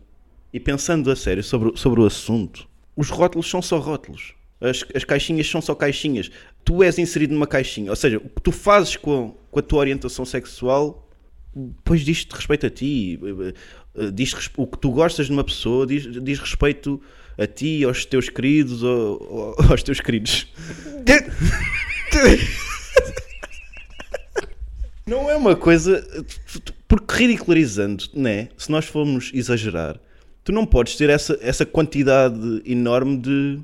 Speaker 5: e pensando a sério sobre, o- sobre o assunto, os rótulos são só rótulos. As, as caixinhas são só caixinhas. Tu és inserido numa caixinha. Ou seja, o que tu fazes com, com a tua orientação sexual Pois diz respeito a ti, eh, eh, diz res- o que tu gostas de uma pessoa diz, diz respeito a ti, aos teus queridos, ou, ou- aos teus queridos. Não é uma coisa. tu- tu- Porque ridicularizando, né? se nós formos exagerar, tu não podes ter essa, essa quantidade enorme de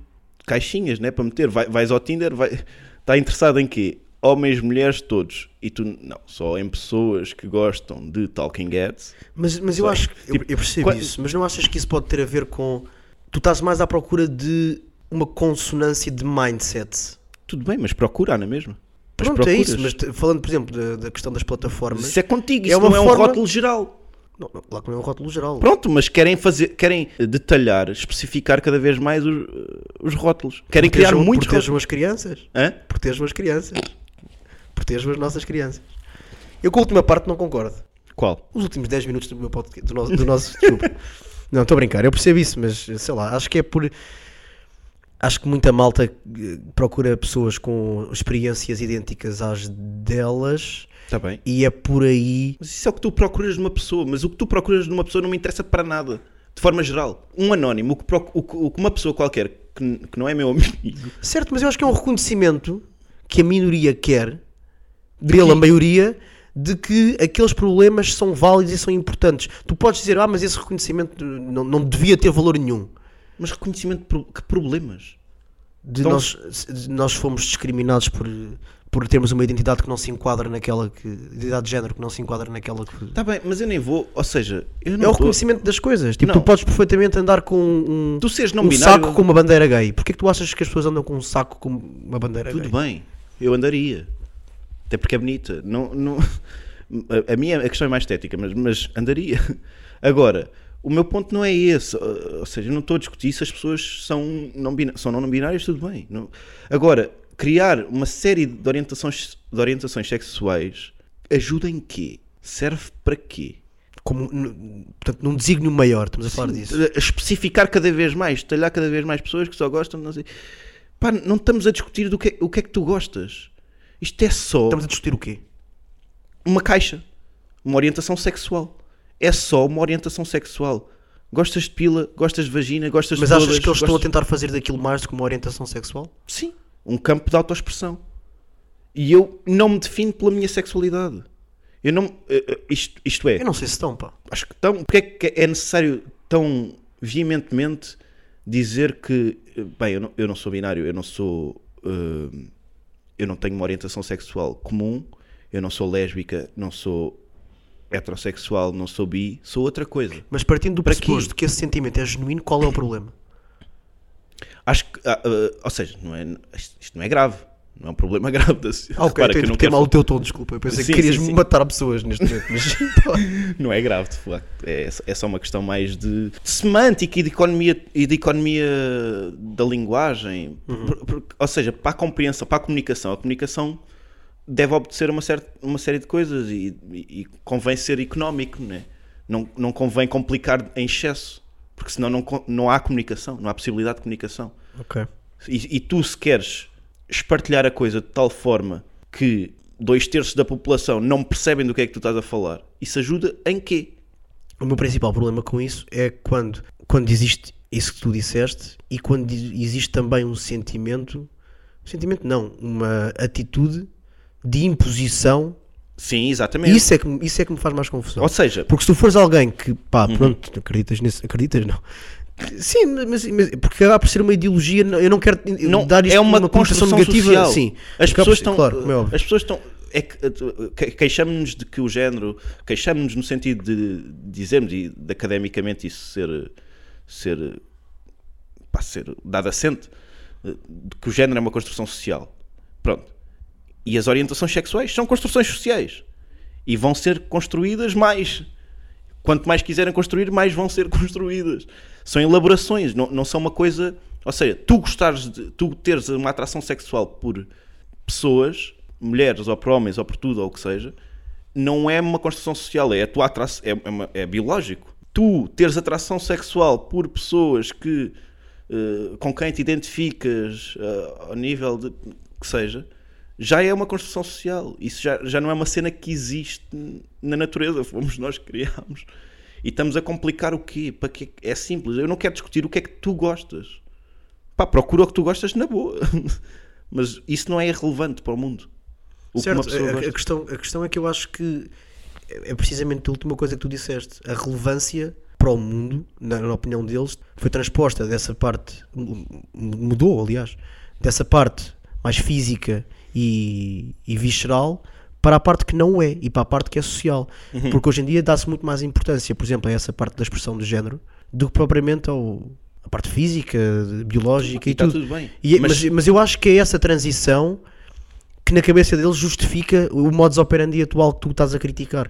Speaker 5: caixinhas né? para meter. Vai- vais ao Tinder, vai, está interessado em quê? Homens, mulheres, todos. E tu, não, só em pessoas que gostam de Talking Heads.
Speaker 3: Mas, mas eu acho que eu,
Speaker 5: Tipo,
Speaker 3: eu percebo
Speaker 5: quando-
Speaker 3: isso, mas não achas que isso pode ter a ver com tu estás mais à procura de uma consonância de mindset?
Speaker 5: Tudo bem, mas procura, não é mesmo? Mas
Speaker 3: Pronto, é
Speaker 5: procuras.
Speaker 3: isso, mas te- falando por exemplo da, da questão das plataformas,
Speaker 5: Isso é contigo,
Speaker 3: É
Speaker 5: isso
Speaker 3: uma
Speaker 5: não é um
Speaker 3: forma-
Speaker 5: rótulo geral.
Speaker 3: não, não, lá que não é um rótulo geral.
Speaker 5: Pronto, mas querem fazer, querem detalhar, especificar cada vez mais os, eh, os rótulos. Querem criar
Speaker 3: Protejam-
Speaker 5: muitos rótulos.
Speaker 3: protejam as crianças.
Speaker 5: Hã?
Speaker 3: Protejam as crianças. Protejam as nossas crianças. Eu com a última parte não concordo.
Speaker 5: Qual?
Speaker 3: Os últimos 10 minutos do meu podcast, do nosso, do nosso desculpa. Não, estou a brincar, eu percebo isso, mas sei lá, acho que é por. Acho que muita malta eh, procura pessoas com experiências idênticas às delas
Speaker 5: Está Tá bem.
Speaker 3: e é por aí.
Speaker 5: Mas isso é o que tu procuras numa pessoa, mas o que tu procuras numa pessoa não me interessa para nada. De forma geral. Um anónimo, o que, proc- o que- o que uma pessoa qualquer que, n- que não é meu amigo.
Speaker 3: Certo, mas eu acho que é um reconhecimento que a minoria quer pela maioria de que aqueles problemas são válidos e são importantes. Tu podes dizer, ah, mas esse reconhecimento não, não devia ter valor nenhum.
Speaker 5: Mas reconhecimento de pro- que problemas?
Speaker 3: De
Speaker 5: Então-
Speaker 3: nós, de nós fomos discriminados por, por termos uma identidade que não se enquadra naquela que. identidade de género que não se enquadra naquela que.
Speaker 5: Está Tá bem, mas eu nem vou. Ou seja, eu não
Speaker 3: É o
Speaker 5: tô-
Speaker 3: reconhecimento das coisas. Tipo,
Speaker 5: Não.
Speaker 3: tu podes perfeitamente andar com um,
Speaker 5: Tu seres não
Speaker 3: um
Speaker 5: binário.
Speaker 3: saco com uma bandeira gay. Porquê que tu achas que as pessoas andam com um saco com uma bandeira gay?
Speaker 5: Tudo bem, eu andaria. Até porque é bonita. Não, não... A, a minha a questão é mais estética, mas, mas andaria. Agora, o meu ponto não é esse. Ou ou seja, eu não estou a discutir se as pessoas são não, bina- são não binárias, tudo bem. Não- Agora, criar uma série de orientações, de orientações sexuais ajuda em quê? Serve para quê?
Speaker 3: Como, n- portanto, num desígnio maior, estamos a falar disso.
Speaker 5: Especificar cada vez mais, detalhar cada vez mais pessoas que só gostam, de não sei. Pá, não estamos a discutir do que, é- o que é que tu gostas. Isto é só
Speaker 3: Estamos a discutir o quê?
Speaker 5: uma caixa, uma orientação sexual. É só uma orientação sexual. Gostas de pila, gostas de vagina, gostas
Speaker 3: Mas
Speaker 5: de todas,
Speaker 3: achas que eles estão a
Speaker 5: gostas-
Speaker 3: tentar fazer daquilo mais do que uma orientação sexual?
Speaker 5: Sim, um campo de autoexpressão. E eu não me defino pela minha sexualidade. Eu não, eh, eh, isto, isto é,
Speaker 3: Eu não sei se estão, pá.
Speaker 5: acho que tão, porque é que é necessário tão veementemente dizer que, eh, bem, eu não, eu não sou binário, eu não sou, eh, eu não tenho uma orientação sexual comum, eu não sou lésbica, não sou heterossexual, não sou bi, sou outra coisa.
Speaker 3: Mas partindo do
Speaker 5: Para quê?
Speaker 3: pressuposto que esse sentimento é genuíno, qual é o problema?
Speaker 5: Acho que, ah, ah, ou seja, não é, isto isto não é grave, não é um problema grave. da se-
Speaker 3: Ah, ok, eu
Speaker 5: Repara que eu
Speaker 3: tenho
Speaker 5: não
Speaker 3: que ter
Speaker 5: quero
Speaker 3: mal o teu tom, desculpa. Eu pensei
Speaker 5: Sim,
Speaker 3: que querias
Speaker 5: sim, sim.
Speaker 3: matar pessoas neste momento. Mas então,
Speaker 5: Não é grave, de facto. É, é só uma questão mais de, de semântica e de economia, e de economia da linguagem. Por- por- ou seja, para a compreensão, para a comunicação, a comunicação deve obedecer a uma, cer- uma série de coisas e, e- e convém ser económico, né? não, não convém complicar em excesso, porque senão não, con- não há comunicação, não há possibilidade de comunicação.
Speaker 3: ok.
Speaker 5: E, e tu, se queres espartilhar a coisa de tal forma que dois terços da população não percebem do que é que tu estás a falar, isso ajuda em quê?
Speaker 3: O meu principal problema com isso é quando, quando existe isso que tu disseste e quando di- existe também um sentimento, um sentimento não, uma atitude de imposição.
Speaker 5: Sim, exatamente.
Speaker 3: Isso é, que, me- isso é que me faz mais confusão.
Speaker 5: Ou seja,
Speaker 3: Porque se tu fores alguém que, pá,
Speaker 5: Uhum.
Speaker 3: pronto, acreditas nisso, acreditas não. Sim, mas, mas- porque acaba por ser uma ideologia, não- eu não quero
Speaker 5: não,
Speaker 3: dar isto
Speaker 5: é uma,
Speaker 3: conotação
Speaker 5: construção
Speaker 3: negativa.
Speaker 5: social.
Speaker 3: Sim, Acaba por
Speaker 5: as pessoas
Speaker 3: ser-
Speaker 5: estão,
Speaker 3: Claro, como é óbvio.
Speaker 5: as pessoas estão, é que, eh, que- queixamos-nos de que o género, queixamos-nos no sentido de dizermos e de academicamente isso ser, ser, pá, ser dado assente, eh, de que o género é uma construção social. Pronto. E as orientações sexuais são construções sociais e vão ser construídas mais. Quanto mais quiserem construir, mais vão ser construídas. São elaborações, não, não são uma coisa. Ou seja, tu gostares de. Tu teres uma atração sexual por pessoas, mulheres ou por homens ou por tudo ou o que seja, não é uma construção social, é a tua atração. É, é uma- é biológico. Tu teres atração sexual por pessoas que. eh, com quem te identificas eh, ao nível de. que seja, já é uma construção social. Isso já, já não é uma cena que existe na natureza. Fomos nós que criámos. E estamos a complicar o quê? Para que é simples. Eu não quero discutir o que é que tu gostas. Pá, procura o que tu gostas na boa. Mas isso não é irrelevante para o mundo. O
Speaker 3: Certo,
Speaker 5: que uma pessoa
Speaker 3: a- a,
Speaker 5: gosta.
Speaker 3: a questão, a questão é que eu acho que é é precisamente a última coisa que tu disseste. A relevância para o mundo, na, na opinião deles, foi transposta dessa parte, mu- mu- mudou aliás, dessa parte mais física e, e visceral para a parte que não é e para a parte que é social.
Speaker 5: Uhum.
Speaker 3: Porque hoje em dia dá-se muito mais importância, por exemplo, a essa parte da expressão de género do que propriamente ao. A parte física, biológica e,
Speaker 5: E está
Speaker 3: tudo.
Speaker 5: tudo bem.
Speaker 3: E-
Speaker 5: Mas-
Speaker 3: mas, mas eu acho que é essa transição que na cabeça deles justifica o modus operandi atual que tu estás a criticar.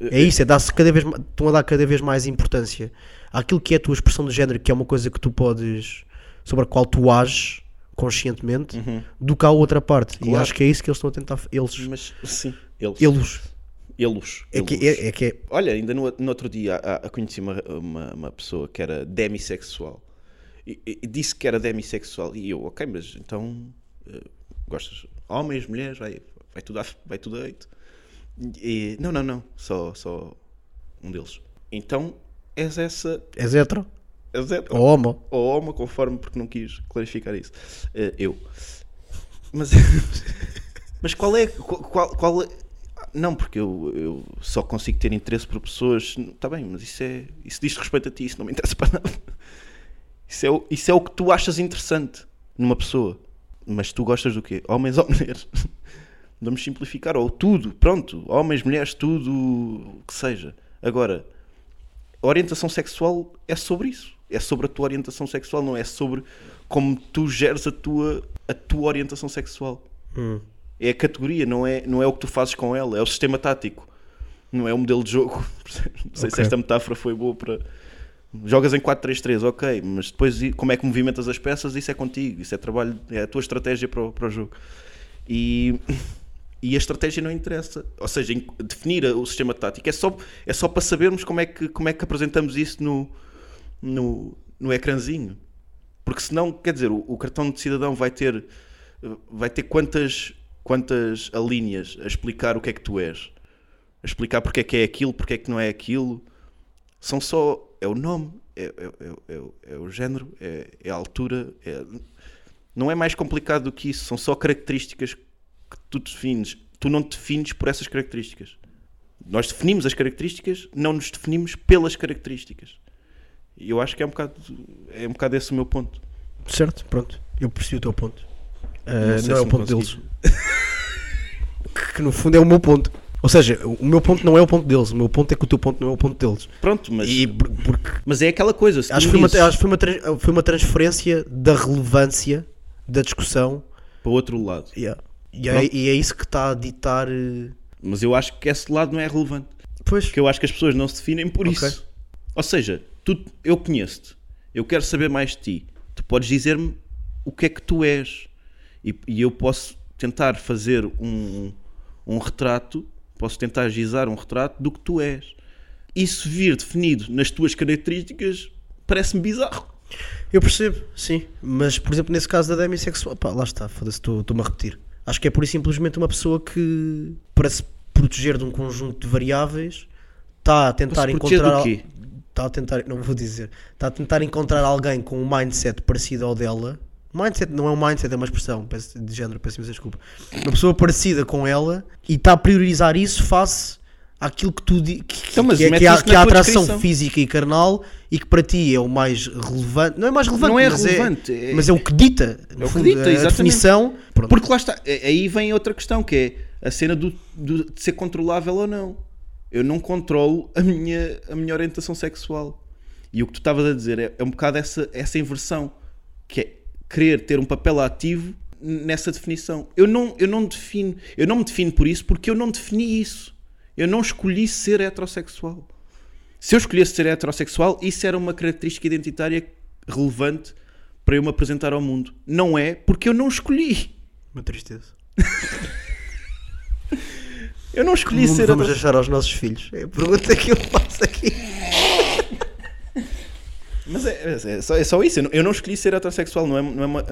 Speaker 3: É
Speaker 5: Eh,
Speaker 3: isso, é dar-se cada vez ma- estão a dar cada vez mais importância àquilo que é a tua expressão de género, que é uma coisa que tu podes sobre a qual tu ages conscientemente, do que à outra parte. E
Speaker 5: Uhum. Claro.
Speaker 3: acho que é isso que eles estão a tentar. f- Eles,
Speaker 5: Mas sim, eles.
Speaker 3: eles,
Speaker 5: eles,
Speaker 3: é que
Speaker 5: eles.
Speaker 3: é, é que é-
Speaker 5: Olha, ainda no, no outro dia a, a conheci uma, uma, uma pessoa que era demissexual e, e- e disse que era demissexual e eu, ok, mas então eh, gostas de homens, mulheres, vai, vai tudo a, vai tudo a oito. E, não, não, não, só, só um deles. Então és essa,
Speaker 3: és hetero
Speaker 5: és hetero
Speaker 3: ou homo.
Speaker 5: ou homo, conforme, porque não quis clarificar isso. Eh, eu. Mas, mas qual é. Qual, qual- qual é- Não, porque eu, eu só consigo ter interesse por pessoas. Está bem, mas isso é. Isso diz respeito a ti, isso não me interessa para nada. Isso é, o- isso é o que tu achas interessante numa pessoa. Mas tu gostas do quê? Homens ou mulheres? Vamos simplificar. Ou tudo, pronto. Homens, mulheres, tudo o que seja. Agora, a orientação sexual é sobre isso. É sobre a tua orientação sexual, não é sobre como tu geres a tua, a tua orientação sexual. É a categoria, não é, não é o que tu fazes com ela, é o sistema tático. Não é o modelo de jogo. Não sei se
Speaker 3: Ok.
Speaker 5: esta metáfora foi boa para. Jogas em 4-3-3, ok, mas depois i- como é que movimentas as peças, isso é contigo, isso é trabalho, é a tua estratégia para o, para o jogo. E, e a estratégia não interessa. Ou seja, em- definir a- o sistema tático é só, é só para sabermos como é que, como é que apresentamos isso no, no, no ecrãzinho. Porque senão, quer dizer, o, o cartão de cidadão vai ter, eh, vai ter quantas, quantas alíneas a explicar o que é que tu és? A explicar porque é que é aquilo, porque é que não é aquilo. São só. É o nome, é, é- é- é o- é o género, é, é a altura. é- Não é mais complicado do que isso. São só características que tu defines. Tu não te defines por essas características. Nós definimos as características, não nos definimos pelas características. E eu acho que é um bocado, é um bocado esse o meu ponto.
Speaker 3: Certo, pronto. Eu percebi o teu ponto. Ah,
Speaker 5: Não
Speaker 3: não
Speaker 5: sei
Speaker 3: é
Speaker 5: se
Speaker 3: o
Speaker 5: me
Speaker 3: ponto deles.
Speaker 5: consegui.
Speaker 3: Que no fundo é o meu ponto. Ou seja, o meu ponto não é o ponto deles. O meu ponto é que o teu ponto não é o ponto deles.
Speaker 5: Pronto, mas,
Speaker 3: E por- porque
Speaker 5: mas é aquela coisa. se
Speaker 3: acho
Speaker 5: tu
Speaker 3: que, foi uma,
Speaker 5: dizes
Speaker 3: acho que foi, uma, tran- foi uma transferência da relevância da discussão.
Speaker 5: para o outro lado.
Speaker 3: Yeah. E, é,
Speaker 5: Pronto.
Speaker 3: e é isso que está a ditar. eh,
Speaker 5: Mas eu acho que esse lado não é relevante.
Speaker 3: Pois,
Speaker 5: Porque eu acho que as pessoas não se definem por
Speaker 3: Ok.
Speaker 5: isso. Ou seja, tu, eu conheço-te, eu quero saber mais de ti. Tu podes dizer-me o que é que tu és. E, e eu posso tentar fazer um, um retrato, posso tentar gizar um retrato do que tu és. Isso vir definido nas tuas características parece-me bizarro.
Speaker 3: eu percebo, sim. Mas, por exemplo, nesse caso da demissexual, pá, lá está, foda-se, estou- estou-me a repetir. Acho que é pura e simplesmente uma pessoa que, para se proteger de um conjunto de variáveis, está a tentar
Speaker 5: Para se proteger
Speaker 3: encontrar.
Speaker 5: do quê?
Speaker 3: Está a tentar, não vou dizer, está a tentar encontrar alguém com um mindset parecido ao dela. Mindset não é um mindset, é uma expressão peço- de género, peço imensa desculpa. Uma pessoa parecida com ela e está a priorizar isso face àquilo que tu di- que,
Speaker 5: Então, mas
Speaker 3: que, é-
Speaker 5: mete
Speaker 3: que há-
Speaker 5: isso
Speaker 3: que
Speaker 5: na
Speaker 3: há
Speaker 5: tua
Speaker 3: atração
Speaker 5: descrição.
Speaker 3: física e carnal e que para ti é o mais relevante. Não é mais relevante,
Speaker 5: Não é
Speaker 3: mas,
Speaker 5: relevante,
Speaker 3: é,
Speaker 5: é-
Speaker 3: mas é o que dita, no
Speaker 5: É o que
Speaker 3: fundo,
Speaker 5: dita,
Speaker 3: a
Speaker 5: exatamente.
Speaker 3: definição. Pronto.
Speaker 5: Porque lá está, é- aí vem outra questão que é a cena do, do- de ser controlável ou não. Eu não controlo a minha, a minha orientação sexual. E o que tu estavas a dizer é, é um bocado essa, essa inversão, que é querer ter um papel ativo nessa definição. Eu não, eu não defino, eu não me defino por isso porque eu não defini isso. Eu não escolhi ser heterossexual. Se eu escolhesse ser heterossexual, isso era uma característica identitária relevante para eu me apresentar ao mundo. Não é porque eu não escolhi.
Speaker 3: Uma tristeza.
Speaker 5: Eu não escolhi
Speaker 3: Como
Speaker 5: ser
Speaker 3: vamos
Speaker 5: heterossexual.
Speaker 3: deixar aos nossos filhos? É a pergunta que eu faço aqui.
Speaker 5: Mas é, é- é só, é só isso. Eu não, eu não escolhi ser heterossexual. Não, é, não, é uma-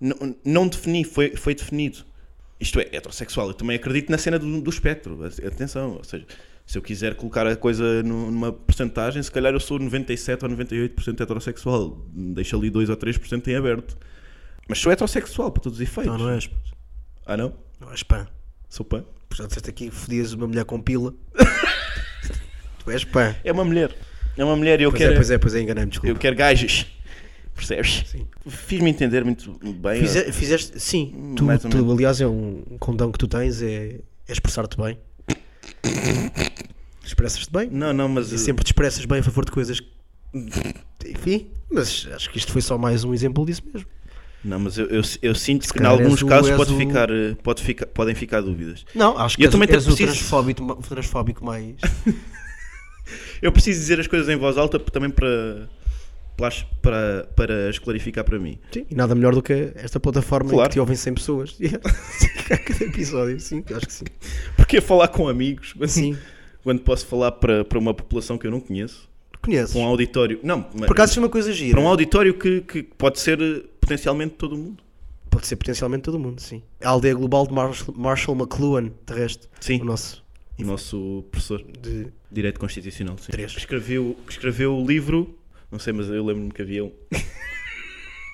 Speaker 5: não, não defini, foi, foi definido. Isto é, heterossexual. Eu também acredito na cena do, do espectro. Atenção, ou seja, se eu quiser colocar a coisa nu- numa porcentagem, se calhar eu sou 97 ou 98% heterossexual. Deixa ali 2 ou 3% em aberto. Mas sou heterossexual, para todos os efeitos.
Speaker 3: Então Não, é. não és. puto.
Speaker 5: Ah, não?
Speaker 3: Não és pã.
Speaker 5: Sou pã?
Speaker 3: Porque já disseste aqui que fodias uma mulher com pila. tu és pã.
Speaker 5: É uma mulher. É uma mulher e eu
Speaker 3: Pois
Speaker 5: quero...
Speaker 3: é, pois é, pois é, enganei-me, desculpa.
Speaker 5: Eu quero gajos. Percebes?
Speaker 3: Sim.
Speaker 5: Fiz-me entender muito bem.
Speaker 3: Fize- fizeste, sim, tu,
Speaker 5: Mais ou
Speaker 3: tu,
Speaker 5: menos.
Speaker 3: aliás é um condão que tu tens, é, é expressar-te bem. Expressas-te bem?
Speaker 5: Não, não, mas
Speaker 3: E É sempre te expressas bem a favor de coisas que- Enfim, mas acho que isto foi só mais um exemplo disso mesmo.
Speaker 5: não, mas eu, eu, eu sinto que em
Speaker 3: calhar és
Speaker 5: alguns
Speaker 3: o-
Speaker 5: casos
Speaker 3: és
Speaker 5: pode
Speaker 3: o-
Speaker 5: ficar, eh, pode ficar, podem ficar dúvidas.
Speaker 3: Não, acho que
Speaker 5: E eu
Speaker 3: és,
Speaker 5: também te-
Speaker 3: és o
Speaker 5: preciso-
Speaker 3: transfóbico, transfóbico mais.
Speaker 5: Eu preciso dizer as coisas em voz alta também para para, as- para, para as clarificar para mim.
Speaker 3: Sim, e nada melhor do que esta plataforma em
Speaker 5: Claro.
Speaker 3: que te ouvem 100 pessoas. A cada episódio, sim, acho que sim.
Speaker 5: Porque falar com amigos, mas
Speaker 3: Sim,
Speaker 5: quando posso falar para, para uma população que eu não conheço,
Speaker 3: conheces.
Speaker 5: para um auditório, não, mas-
Speaker 3: Por acaso isto é uma coisa gira.
Speaker 5: para um auditório que, que pode ser eh, potencialmente todo mundo.
Speaker 3: Pode ser potencialmente todo mundo, sim. A aldeia global de Marshall, Marshall McLuhan, de resto.
Speaker 5: Sim.
Speaker 3: O nosso.
Speaker 5: O nosso professor
Speaker 3: De...
Speaker 5: Direito Constitucional, sim.
Speaker 3: Três.
Speaker 5: Que escreveu, que escreveu o livro, não sei, mas eu lembro-me que havia um.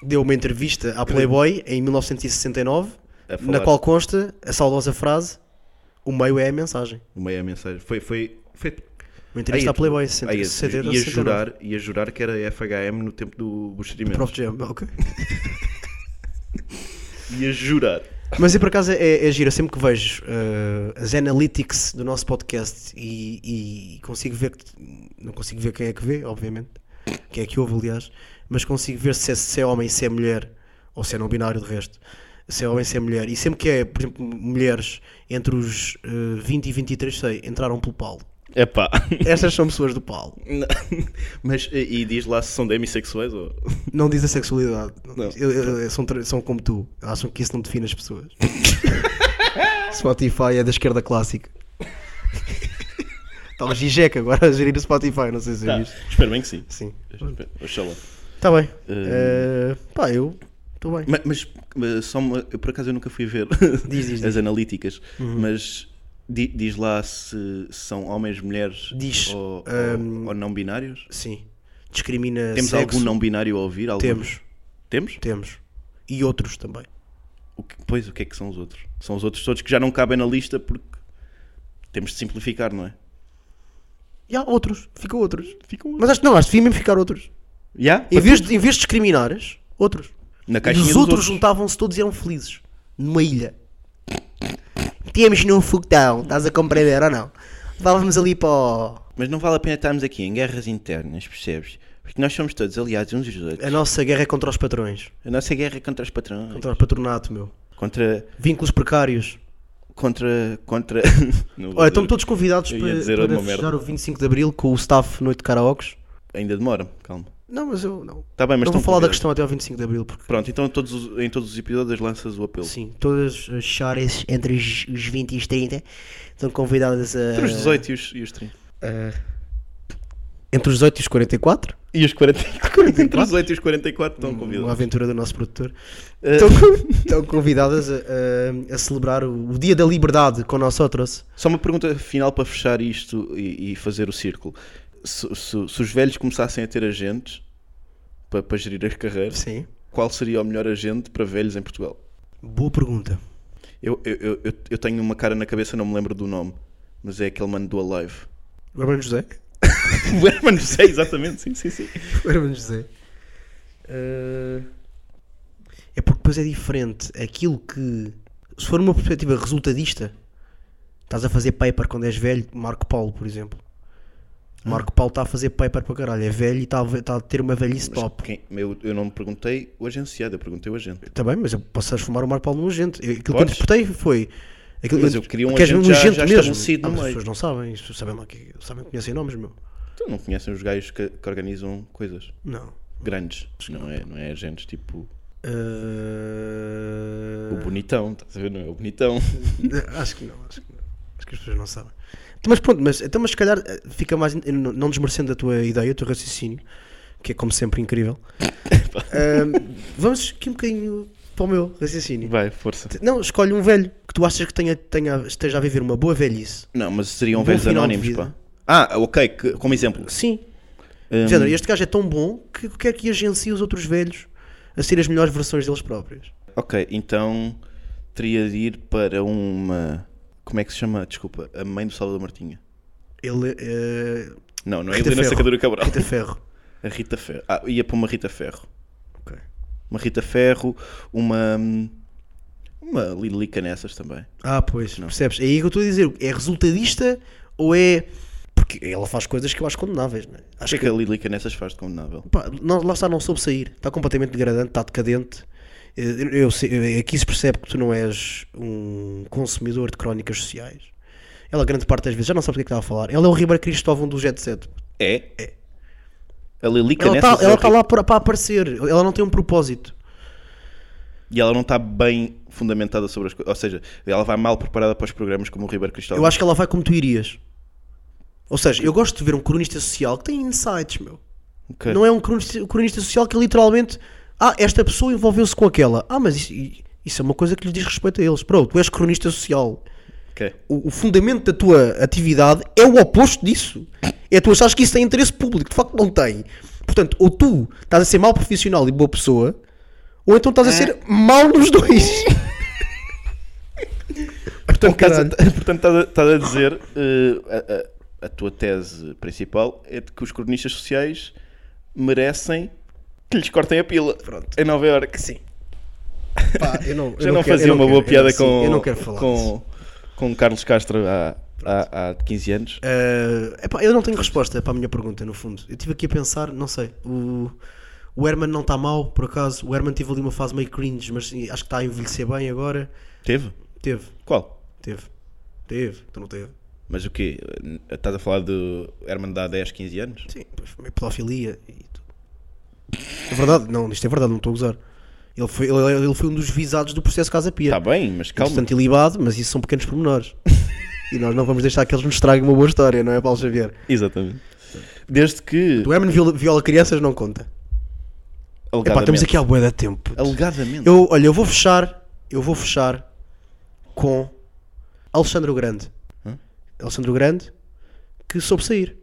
Speaker 3: Deu uma entrevista à Playboy em 1969,
Speaker 5: A falar.
Speaker 3: na qual consta a saudosa frase: O meio é a mensagem.
Speaker 5: Uma meia mensagem. Foi. foi, foi...
Speaker 3: Uma entrevista à
Speaker 5: Aí, é
Speaker 3: Playboy é em
Speaker 5: aí, é
Speaker 3: 60,
Speaker 5: ia, jurar, ia jurar que era FHM no tempo do Bush de
Speaker 3: Prof. Jam, ok.
Speaker 5: Ia jurar.
Speaker 3: Mas e por acaso é, é giro, eu sempre que vejo eh, as analytics do nosso podcast e, e consigo ver, que- não consigo ver quem é que vê, obviamente, quem é que ouve, aliás, mas consigo ver se é, se é homem, se é mulher, ou se é não binário de resto, se é homem, se é mulher. E sempre que é, por exemplo, mulheres entre os eh, 20 e 23, sei, entraram pelo Paulo.
Speaker 5: Epá.
Speaker 3: Estas são pessoas do Paulo.
Speaker 5: Não. Mas eh, e e diz lá se são demissexuais ou.
Speaker 3: Não diz a sexualidade. Não
Speaker 5: Não.
Speaker 3: diz. Eu- eu- eu- são, tra- são como tu. Acham que isso não define as pessoas. Spotify é da esquerda clássica. Está o Gijek agora a gerir o Spotify, não sei se
Speaker 5: Tá,
Speaker 3: é isto.
Speaker 5: Espero bem que sim.
Speaker 3: Sim.
Speaker 5: Espero- Oxalá.
Speaker 3: Está bem.
Speaker 5: Eh,
Speaker 3: Eh, pá, eu estou bem.
Speaker 5: Ma- Mas, mas só uma- eu por acaso eu nunca fui ver
Speaker 3: Diz, diz, Uhum.
Speaker 5: as
Speaker 3: diz.
Speaker 5: analíticas, mas di- diz lá se são homens, mulheres
Speaker 3: Diz,
Speaker 5: ou, ou-
Speaker 3: hum,
Speaker 5: ou não binários.
Speaker 3: Sim. Discrimina
Speaker 5: Temos
Speaker 3: sexo.
Speaker 5: algum não binário a ouvir? Algum?
Speaker 3: Temos,
Speaker 5: Temos?
Speaker 3: temos. E outros também.
Speaker 5: O que- pois, o que é que são os outros? São os outros todos que já não cabem na lista porque temos de simplificar, não é?
Speaker 3: E há outros. Ficam outros. Ficam Mas acho que não, acho que devia mesmo ficar outros.
Speaker 5: Já?
Speaker 3: Em vez, de, em vez de discriminares, outros.
Speaker 5: Na
Speaker 3: E
Speaker 5: caixinha
Speaker 3: os
Speaker 5: dos
Speaker 3: outros
Speaker 5: outros.
Speaker 3: juntavam-se todos e eram felizes. Numa ilha. Temos num foguetão, estás a compreender ou não? Levávamos ali para o...
Speaker 5: Mas não vale a pena estarmos aqui em guerras internas, percebes? Porque nós somos todos aliados uns dos outros.
Speaker 3: A nossa guerra é contra os patrões.
Speaker 5: A nossa guerra é contra os patrões.
Speaker 3: Contra o patronato, meu.
Speaker 5: Contra.
Speaker 3: Vínculos precários.
Speaker 5: Contra. Contra. Não vou
Speaker 3: Olha,
Speaker 5: dizer.
Speaker 3: estão todos convidados
Speaker 5: Eu ia
Speaker 3: para,
Speaker 5: dizer
Speaker 3: para
Speaker 5: uma
Speaker 3: festejar
Speaker 5: merda.
Speaker 3: o 25 de Abril com o staff Noite de Karaokes.
Speaker 5: Ainda demora, calma.
Speaker 3: Não, mas eu não.
Speaker 5: Tá bem, mas
Speaker 3: não vou
Speaker 5: estão
Speaker 3: falar da
Speaker 5: convidados.
Speaker 3: questão até ao 25 de Abril, porque
Speaker 5: Pronto, então todos os- em todos os episódios lanças o apelo.
Speaker 3: sim, todas as charas entre os, os 20 e os 30 estão convidadas a.
Speaker 5: Entre os 18 e os, e os 30.
Speaker 3: Entre os 18 e os 44?
Speaker 5: E os 44. Entre os 18 e os 44 estão
Speaker 3: Hum, Uma Então,
Speaker 5: convidados.
Speaker 3: aventura do nosso produtor.
Speaker 5: Eh,
Speaker 3: Estão, con- estão convidadas a, a- a celebrar o, o Dia da Liberdade com nós outros.
Speaker 5: Só uma pergunta final para fechar isto e, e fazer o círculo. Se, se- se os velhos começassem a ter agentes para, para gerir as carreiras,
Speaker 3: Sim.
Speaker 5: qual seria o melhor agente para velhos em Portugal?
Speaker 3: Boa pergunta.
Speaker 5: Eu, eu, eu, eu- eu tenho uma cara na cabeça, não me lembro do nome, mas é aquele mano do Alive.
Speaker 3: O Hermano José?
Speaker 5: O Herman José, exatamente, sim, sim, sim.
Speaker 3: O Hermano José. Eh, É porque depois é diferente. Aquilo que. Se for uma perspectiva resultadista, estás a fazer paper quando és velho, Marco Paulo, por exemplo. Marco Paulo está a fazer paper para caralho. É velho e está a, ve- está a ter uma velhice top.
Speaker 5: Quem- eu, eu não me perguntei o agenciado, eu perguntei o agente.
Speaker 3: Está Tá bem, mas eu posso transformar o Marco Paulo num agente. Eu- Aquilo
Speaker 5: Podes.
Speaker 3: que eu interpretei foi. Aquilo,
Speaker 5: Mas eu queria um
Speaker 3: queres
Speaker 5: agente
Speaker 3: mesmo
Speaker 5: já- já estabelecido
Speaker 3: Ah,
Speaker 5: no
Speaker 3: mas as
Speaker 5: meio.
Speaker 3: pessoas não sabem, isso sabem lá que sabem, conhecem nomes, meu.
Speaker 5: Tu Então, não conhecem os gajos que, que organizam coisas
Speaker 3: Não. Ah,
Speaker 5: grandes, não é, não é agentes tipo
Speaker 3: Eh,
Speaker 5: o bonitão, estás a ver? Não é o bonitão.
Speaker 3: acho que não, acho que não. Acho que as pessoas não sabem. Então, Mas pronto, mas, então, mas se calhar eh, fica mais. eh, Não não desmerecendo a tua ideia, o teu raciocínio, que é como sempre incrível. Ahm, vamos aqui um bocadinho para o meu raciocínio.
Speaker 5: Vai, força.
Speaker 3: Não, escolhe um velho que tu achas que tenha, tenha- esteja a viver uma boa velhice.
Speaker 5: Não, mas seriam
Speaker 3: Bom
Speaker 5: velhos
Speaker 3: final de
Speaker 5: anónimos, pá.
Speaker 3: vida.
Speaker 5: Ah, ok, que- como exemplo.
Speaker 3: Sim.
Speaker 5: Hum,
Speaker 3: Género, este gajo é tão bom que quer que agencie os outros velhos a ser as melhores versões deles próprios.
Speaker 5: Ok, então teria de ir para uma. Como é que se chama? Desculpa, a mãe do Salvador Martinha.
Speaker 3: Ele eh,
Speaker 5: Não, não é a
Speaker 3: Rita
Speaker 5: Helena
Speaker 3: Ferro.
Speaker 5: Sacadura Cabral.
Speaker 3: Rita Ferro.
Speaker 5: A Rita Ferro. Ah, ia para uma Rita Ferro.
Speaker 3: Ok.
Speaker 5: Uma Rita Ferro, uma. Uma Lilica nessas também.
Speaker 3: Ah, pois, percebes? É aí que eu estou a dizer. É resultadista ou é. Porque ela faz coisas que eu acho condenáveis, não é?
Speaker 5: Acho
Speaker 3: Acho
Speaker 5: que,
Speaker 3: que.
Speaker 5: a Lilica nessas faz de condenável.
Speaker 3: Pá, não, lá está, não soube sair. Está completamente degradante, está decadente. Eh, Eu, eu sei- eh, aqui se percebe que tu não és um consumidor de crónicas sociais. Ela, grande parte das vezes, já não sabe do que é que está a falar. Ela é o Ribeiro Cristóvão do Jet Set.
Speaker 5: É? É. A Lilica
Speaker 3: Ela está
Speaker 5: nessas. é horrível.
Speaker 3: lá para, para aparecer. Ela não tem um propósito.
Speaker 5: E ela não está bem fundamentada sobre as coisas. Ou seja, ela vai mal preparada para os programas como o Ribeiro Cristal.
Speaker 3: Eu acho que ela vai como tu irias. Ou seja, eu gosto de ver um cronista social que tem insights, meu. Não é um cronista, um cronista social que é literalmente. Ah, esta pessoa envolveu-se com aquela. Ah, mas isso, i- isso é uma coisa que lhes diz respeito a eles. Pronto, tu és cronista social.
Speaker 5: é
Speaker 3: O, o fundamento da tua atividade é o oposto disso. É tu achares que isso tem interesse público. De facto, não tem. Portanto, ou tu estás a ser mau profissional e boa pessoa, ou então
Speaker 5: É.
Speaker 3: estás a ser mau nos dois.
Speaker 5: Portanto, estás a,
Speaker 3: caralho.
Speaker 5: portanto, estás a- estás a dizer eh, a, a- a tua tese principal é de que os cronistas sociais merecem que lhes cortem a pila em Nova Iorque. Sim.
Speaker 3: Pá, eu não, eu
Speaker 5: Já não,
Speaker 3: quero-
Speaker 5: fazia
Speaker 3: eu
Speaker 5: uma
Speaker 3: quero-
Speaker 5: boa
Speaker 3: eu
Speaker 5: piada
Speaker 3: sim,
Speaker 5: com,
Speaker 3: Eu não quero falar. disso.
Speaker 5: com, com Carlos Castro há, há, há 15 anos.
Speaker 3: Eh, epá, eu não tenho resposta para a minha pergunta, no fundo. Eu estive aqui a pensar, não sei. O, o Herman não está mal, por acaso. O Herman teve ali uma fase meio cringe, mas sim, acho que está a envelhecer bem agora.
Speaker 5: Teve?
Speaker 3: Teve,
Speaker 5: Qual?
Speaker 3: teve, teve, então não teve.
Speaker 5: Mas o quê? Estás a falar de Herman de há 10, 15 anos?
Speaker 3: Sim, pois foi meio pedofilia e tudo. É verdade, não, isto é verdade, não estou a gozar. Ele foi, ele, ele foi um dos visados do processo Casa Pia.
Speaker 5: Está Tá bem, mas calma.
Speaker 3: Bastante ilibado, mas isso são pequenos pormenores. e nós não vamos deixar que eles nos tragam uma boa história, não é, Paulo Xavier?
Speaker 5: Exatamente. Desde que.
Speaker 3: Do Herman viola, viola crianças não conta. é- Epá, estamos
Speaker 5: Alegadamente.
Speaker 3: aqui há bué de tempo. puto.
Speaker 5: Alegadamente.
Speaker 3: Eu, olha, eu vou fechar, eu vou fechar com Alexandre o Grande.
Speaker 5: Hã?
Speaker 3: Alexandre o Grande que soube sair.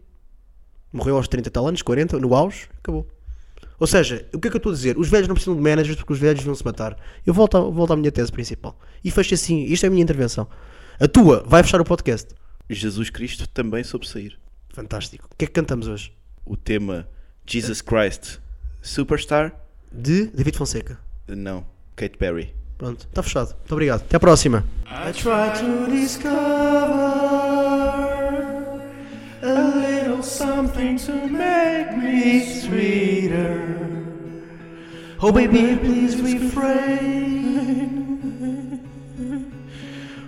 Speaker 3: Morreu aos 30 e tal anos, 40, no auge, acabou. Ou seja, o que é que eu estou a dizer? Os velhos não precisam de managers porque os velhos vão se matar. Eu volto, a- volto à minha tese principal. E fecho assim, isto é a minha intervenção. A tua vai fechar o podcast.
Speaker 5: Jesus Cristo também soube sair.
Speaker 3: Fantástico. O que é que cantamos hoje?
Speaker 5: O tema Jesus Christ Superstar?
Speaker 3: De David Fonseca.
Speaker 5: Não. Kate Perry.
Speaker 3: Pronto, está fechado. Muito obrigado. Até à próxima.
Speaker 2: I try to discover a little something to make me sweeter. Oh, baby, please refrain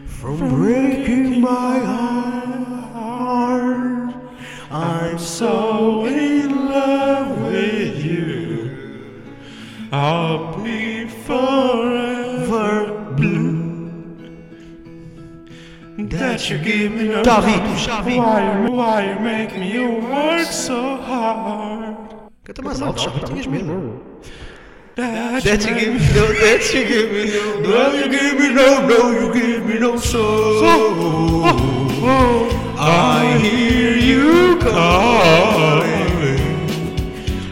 Speaker 2: from breaking my heart. I'm so in love with you. I'll be forever blue. That you give me no
Speaker 3: Xavi,
Speaker 2: love.
Speaker 3: Xavi.
Speaker 2: Why, why you make me work so hard?
Speaker 3: Canta mais alto, já tinhas mesmo.
Speaker 2: That you give me no, that you give me no, love you give me no, no you give me no soul. I hear you calling,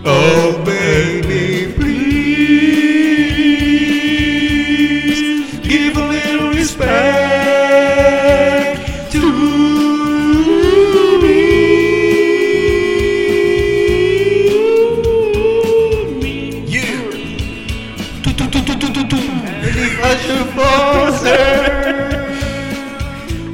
Speaker 2: oh baby, please give a little respect to me. You. Tu, tu, tu, tu, tu, tu, tu. Any fashion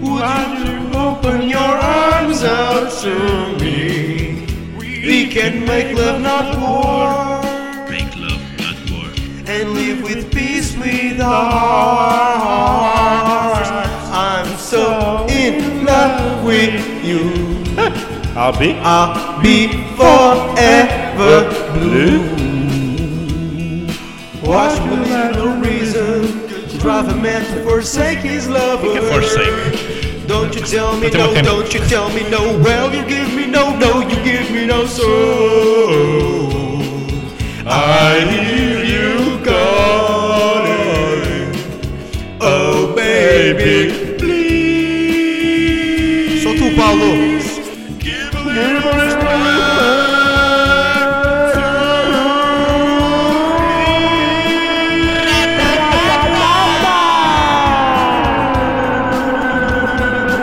Speaker 2: Would you open your arms out to me? We can make love not war. Make love not war. And live with peace with our hearts. I'm so in love with you.
Speaker 4: I'll be
Speaker 2: I'll be forever
Speaker 4: blue.
Speaker 2: Watch me have no reason to drive a man to forsake his lover.
Speaker 6: que é forsake?
Speaker 2: Don't you tell me
Speaker 6: Não tem
Speaker 2: no,
Speaker 6: uma tema.
Speaker 2: don't you tell me no. Well, you give me no, no, you give me no soul. I hear you calling. Oh, baby, please.
Speaker 3: Solta o Paulo.
Speaker 2: Give a little respect to me.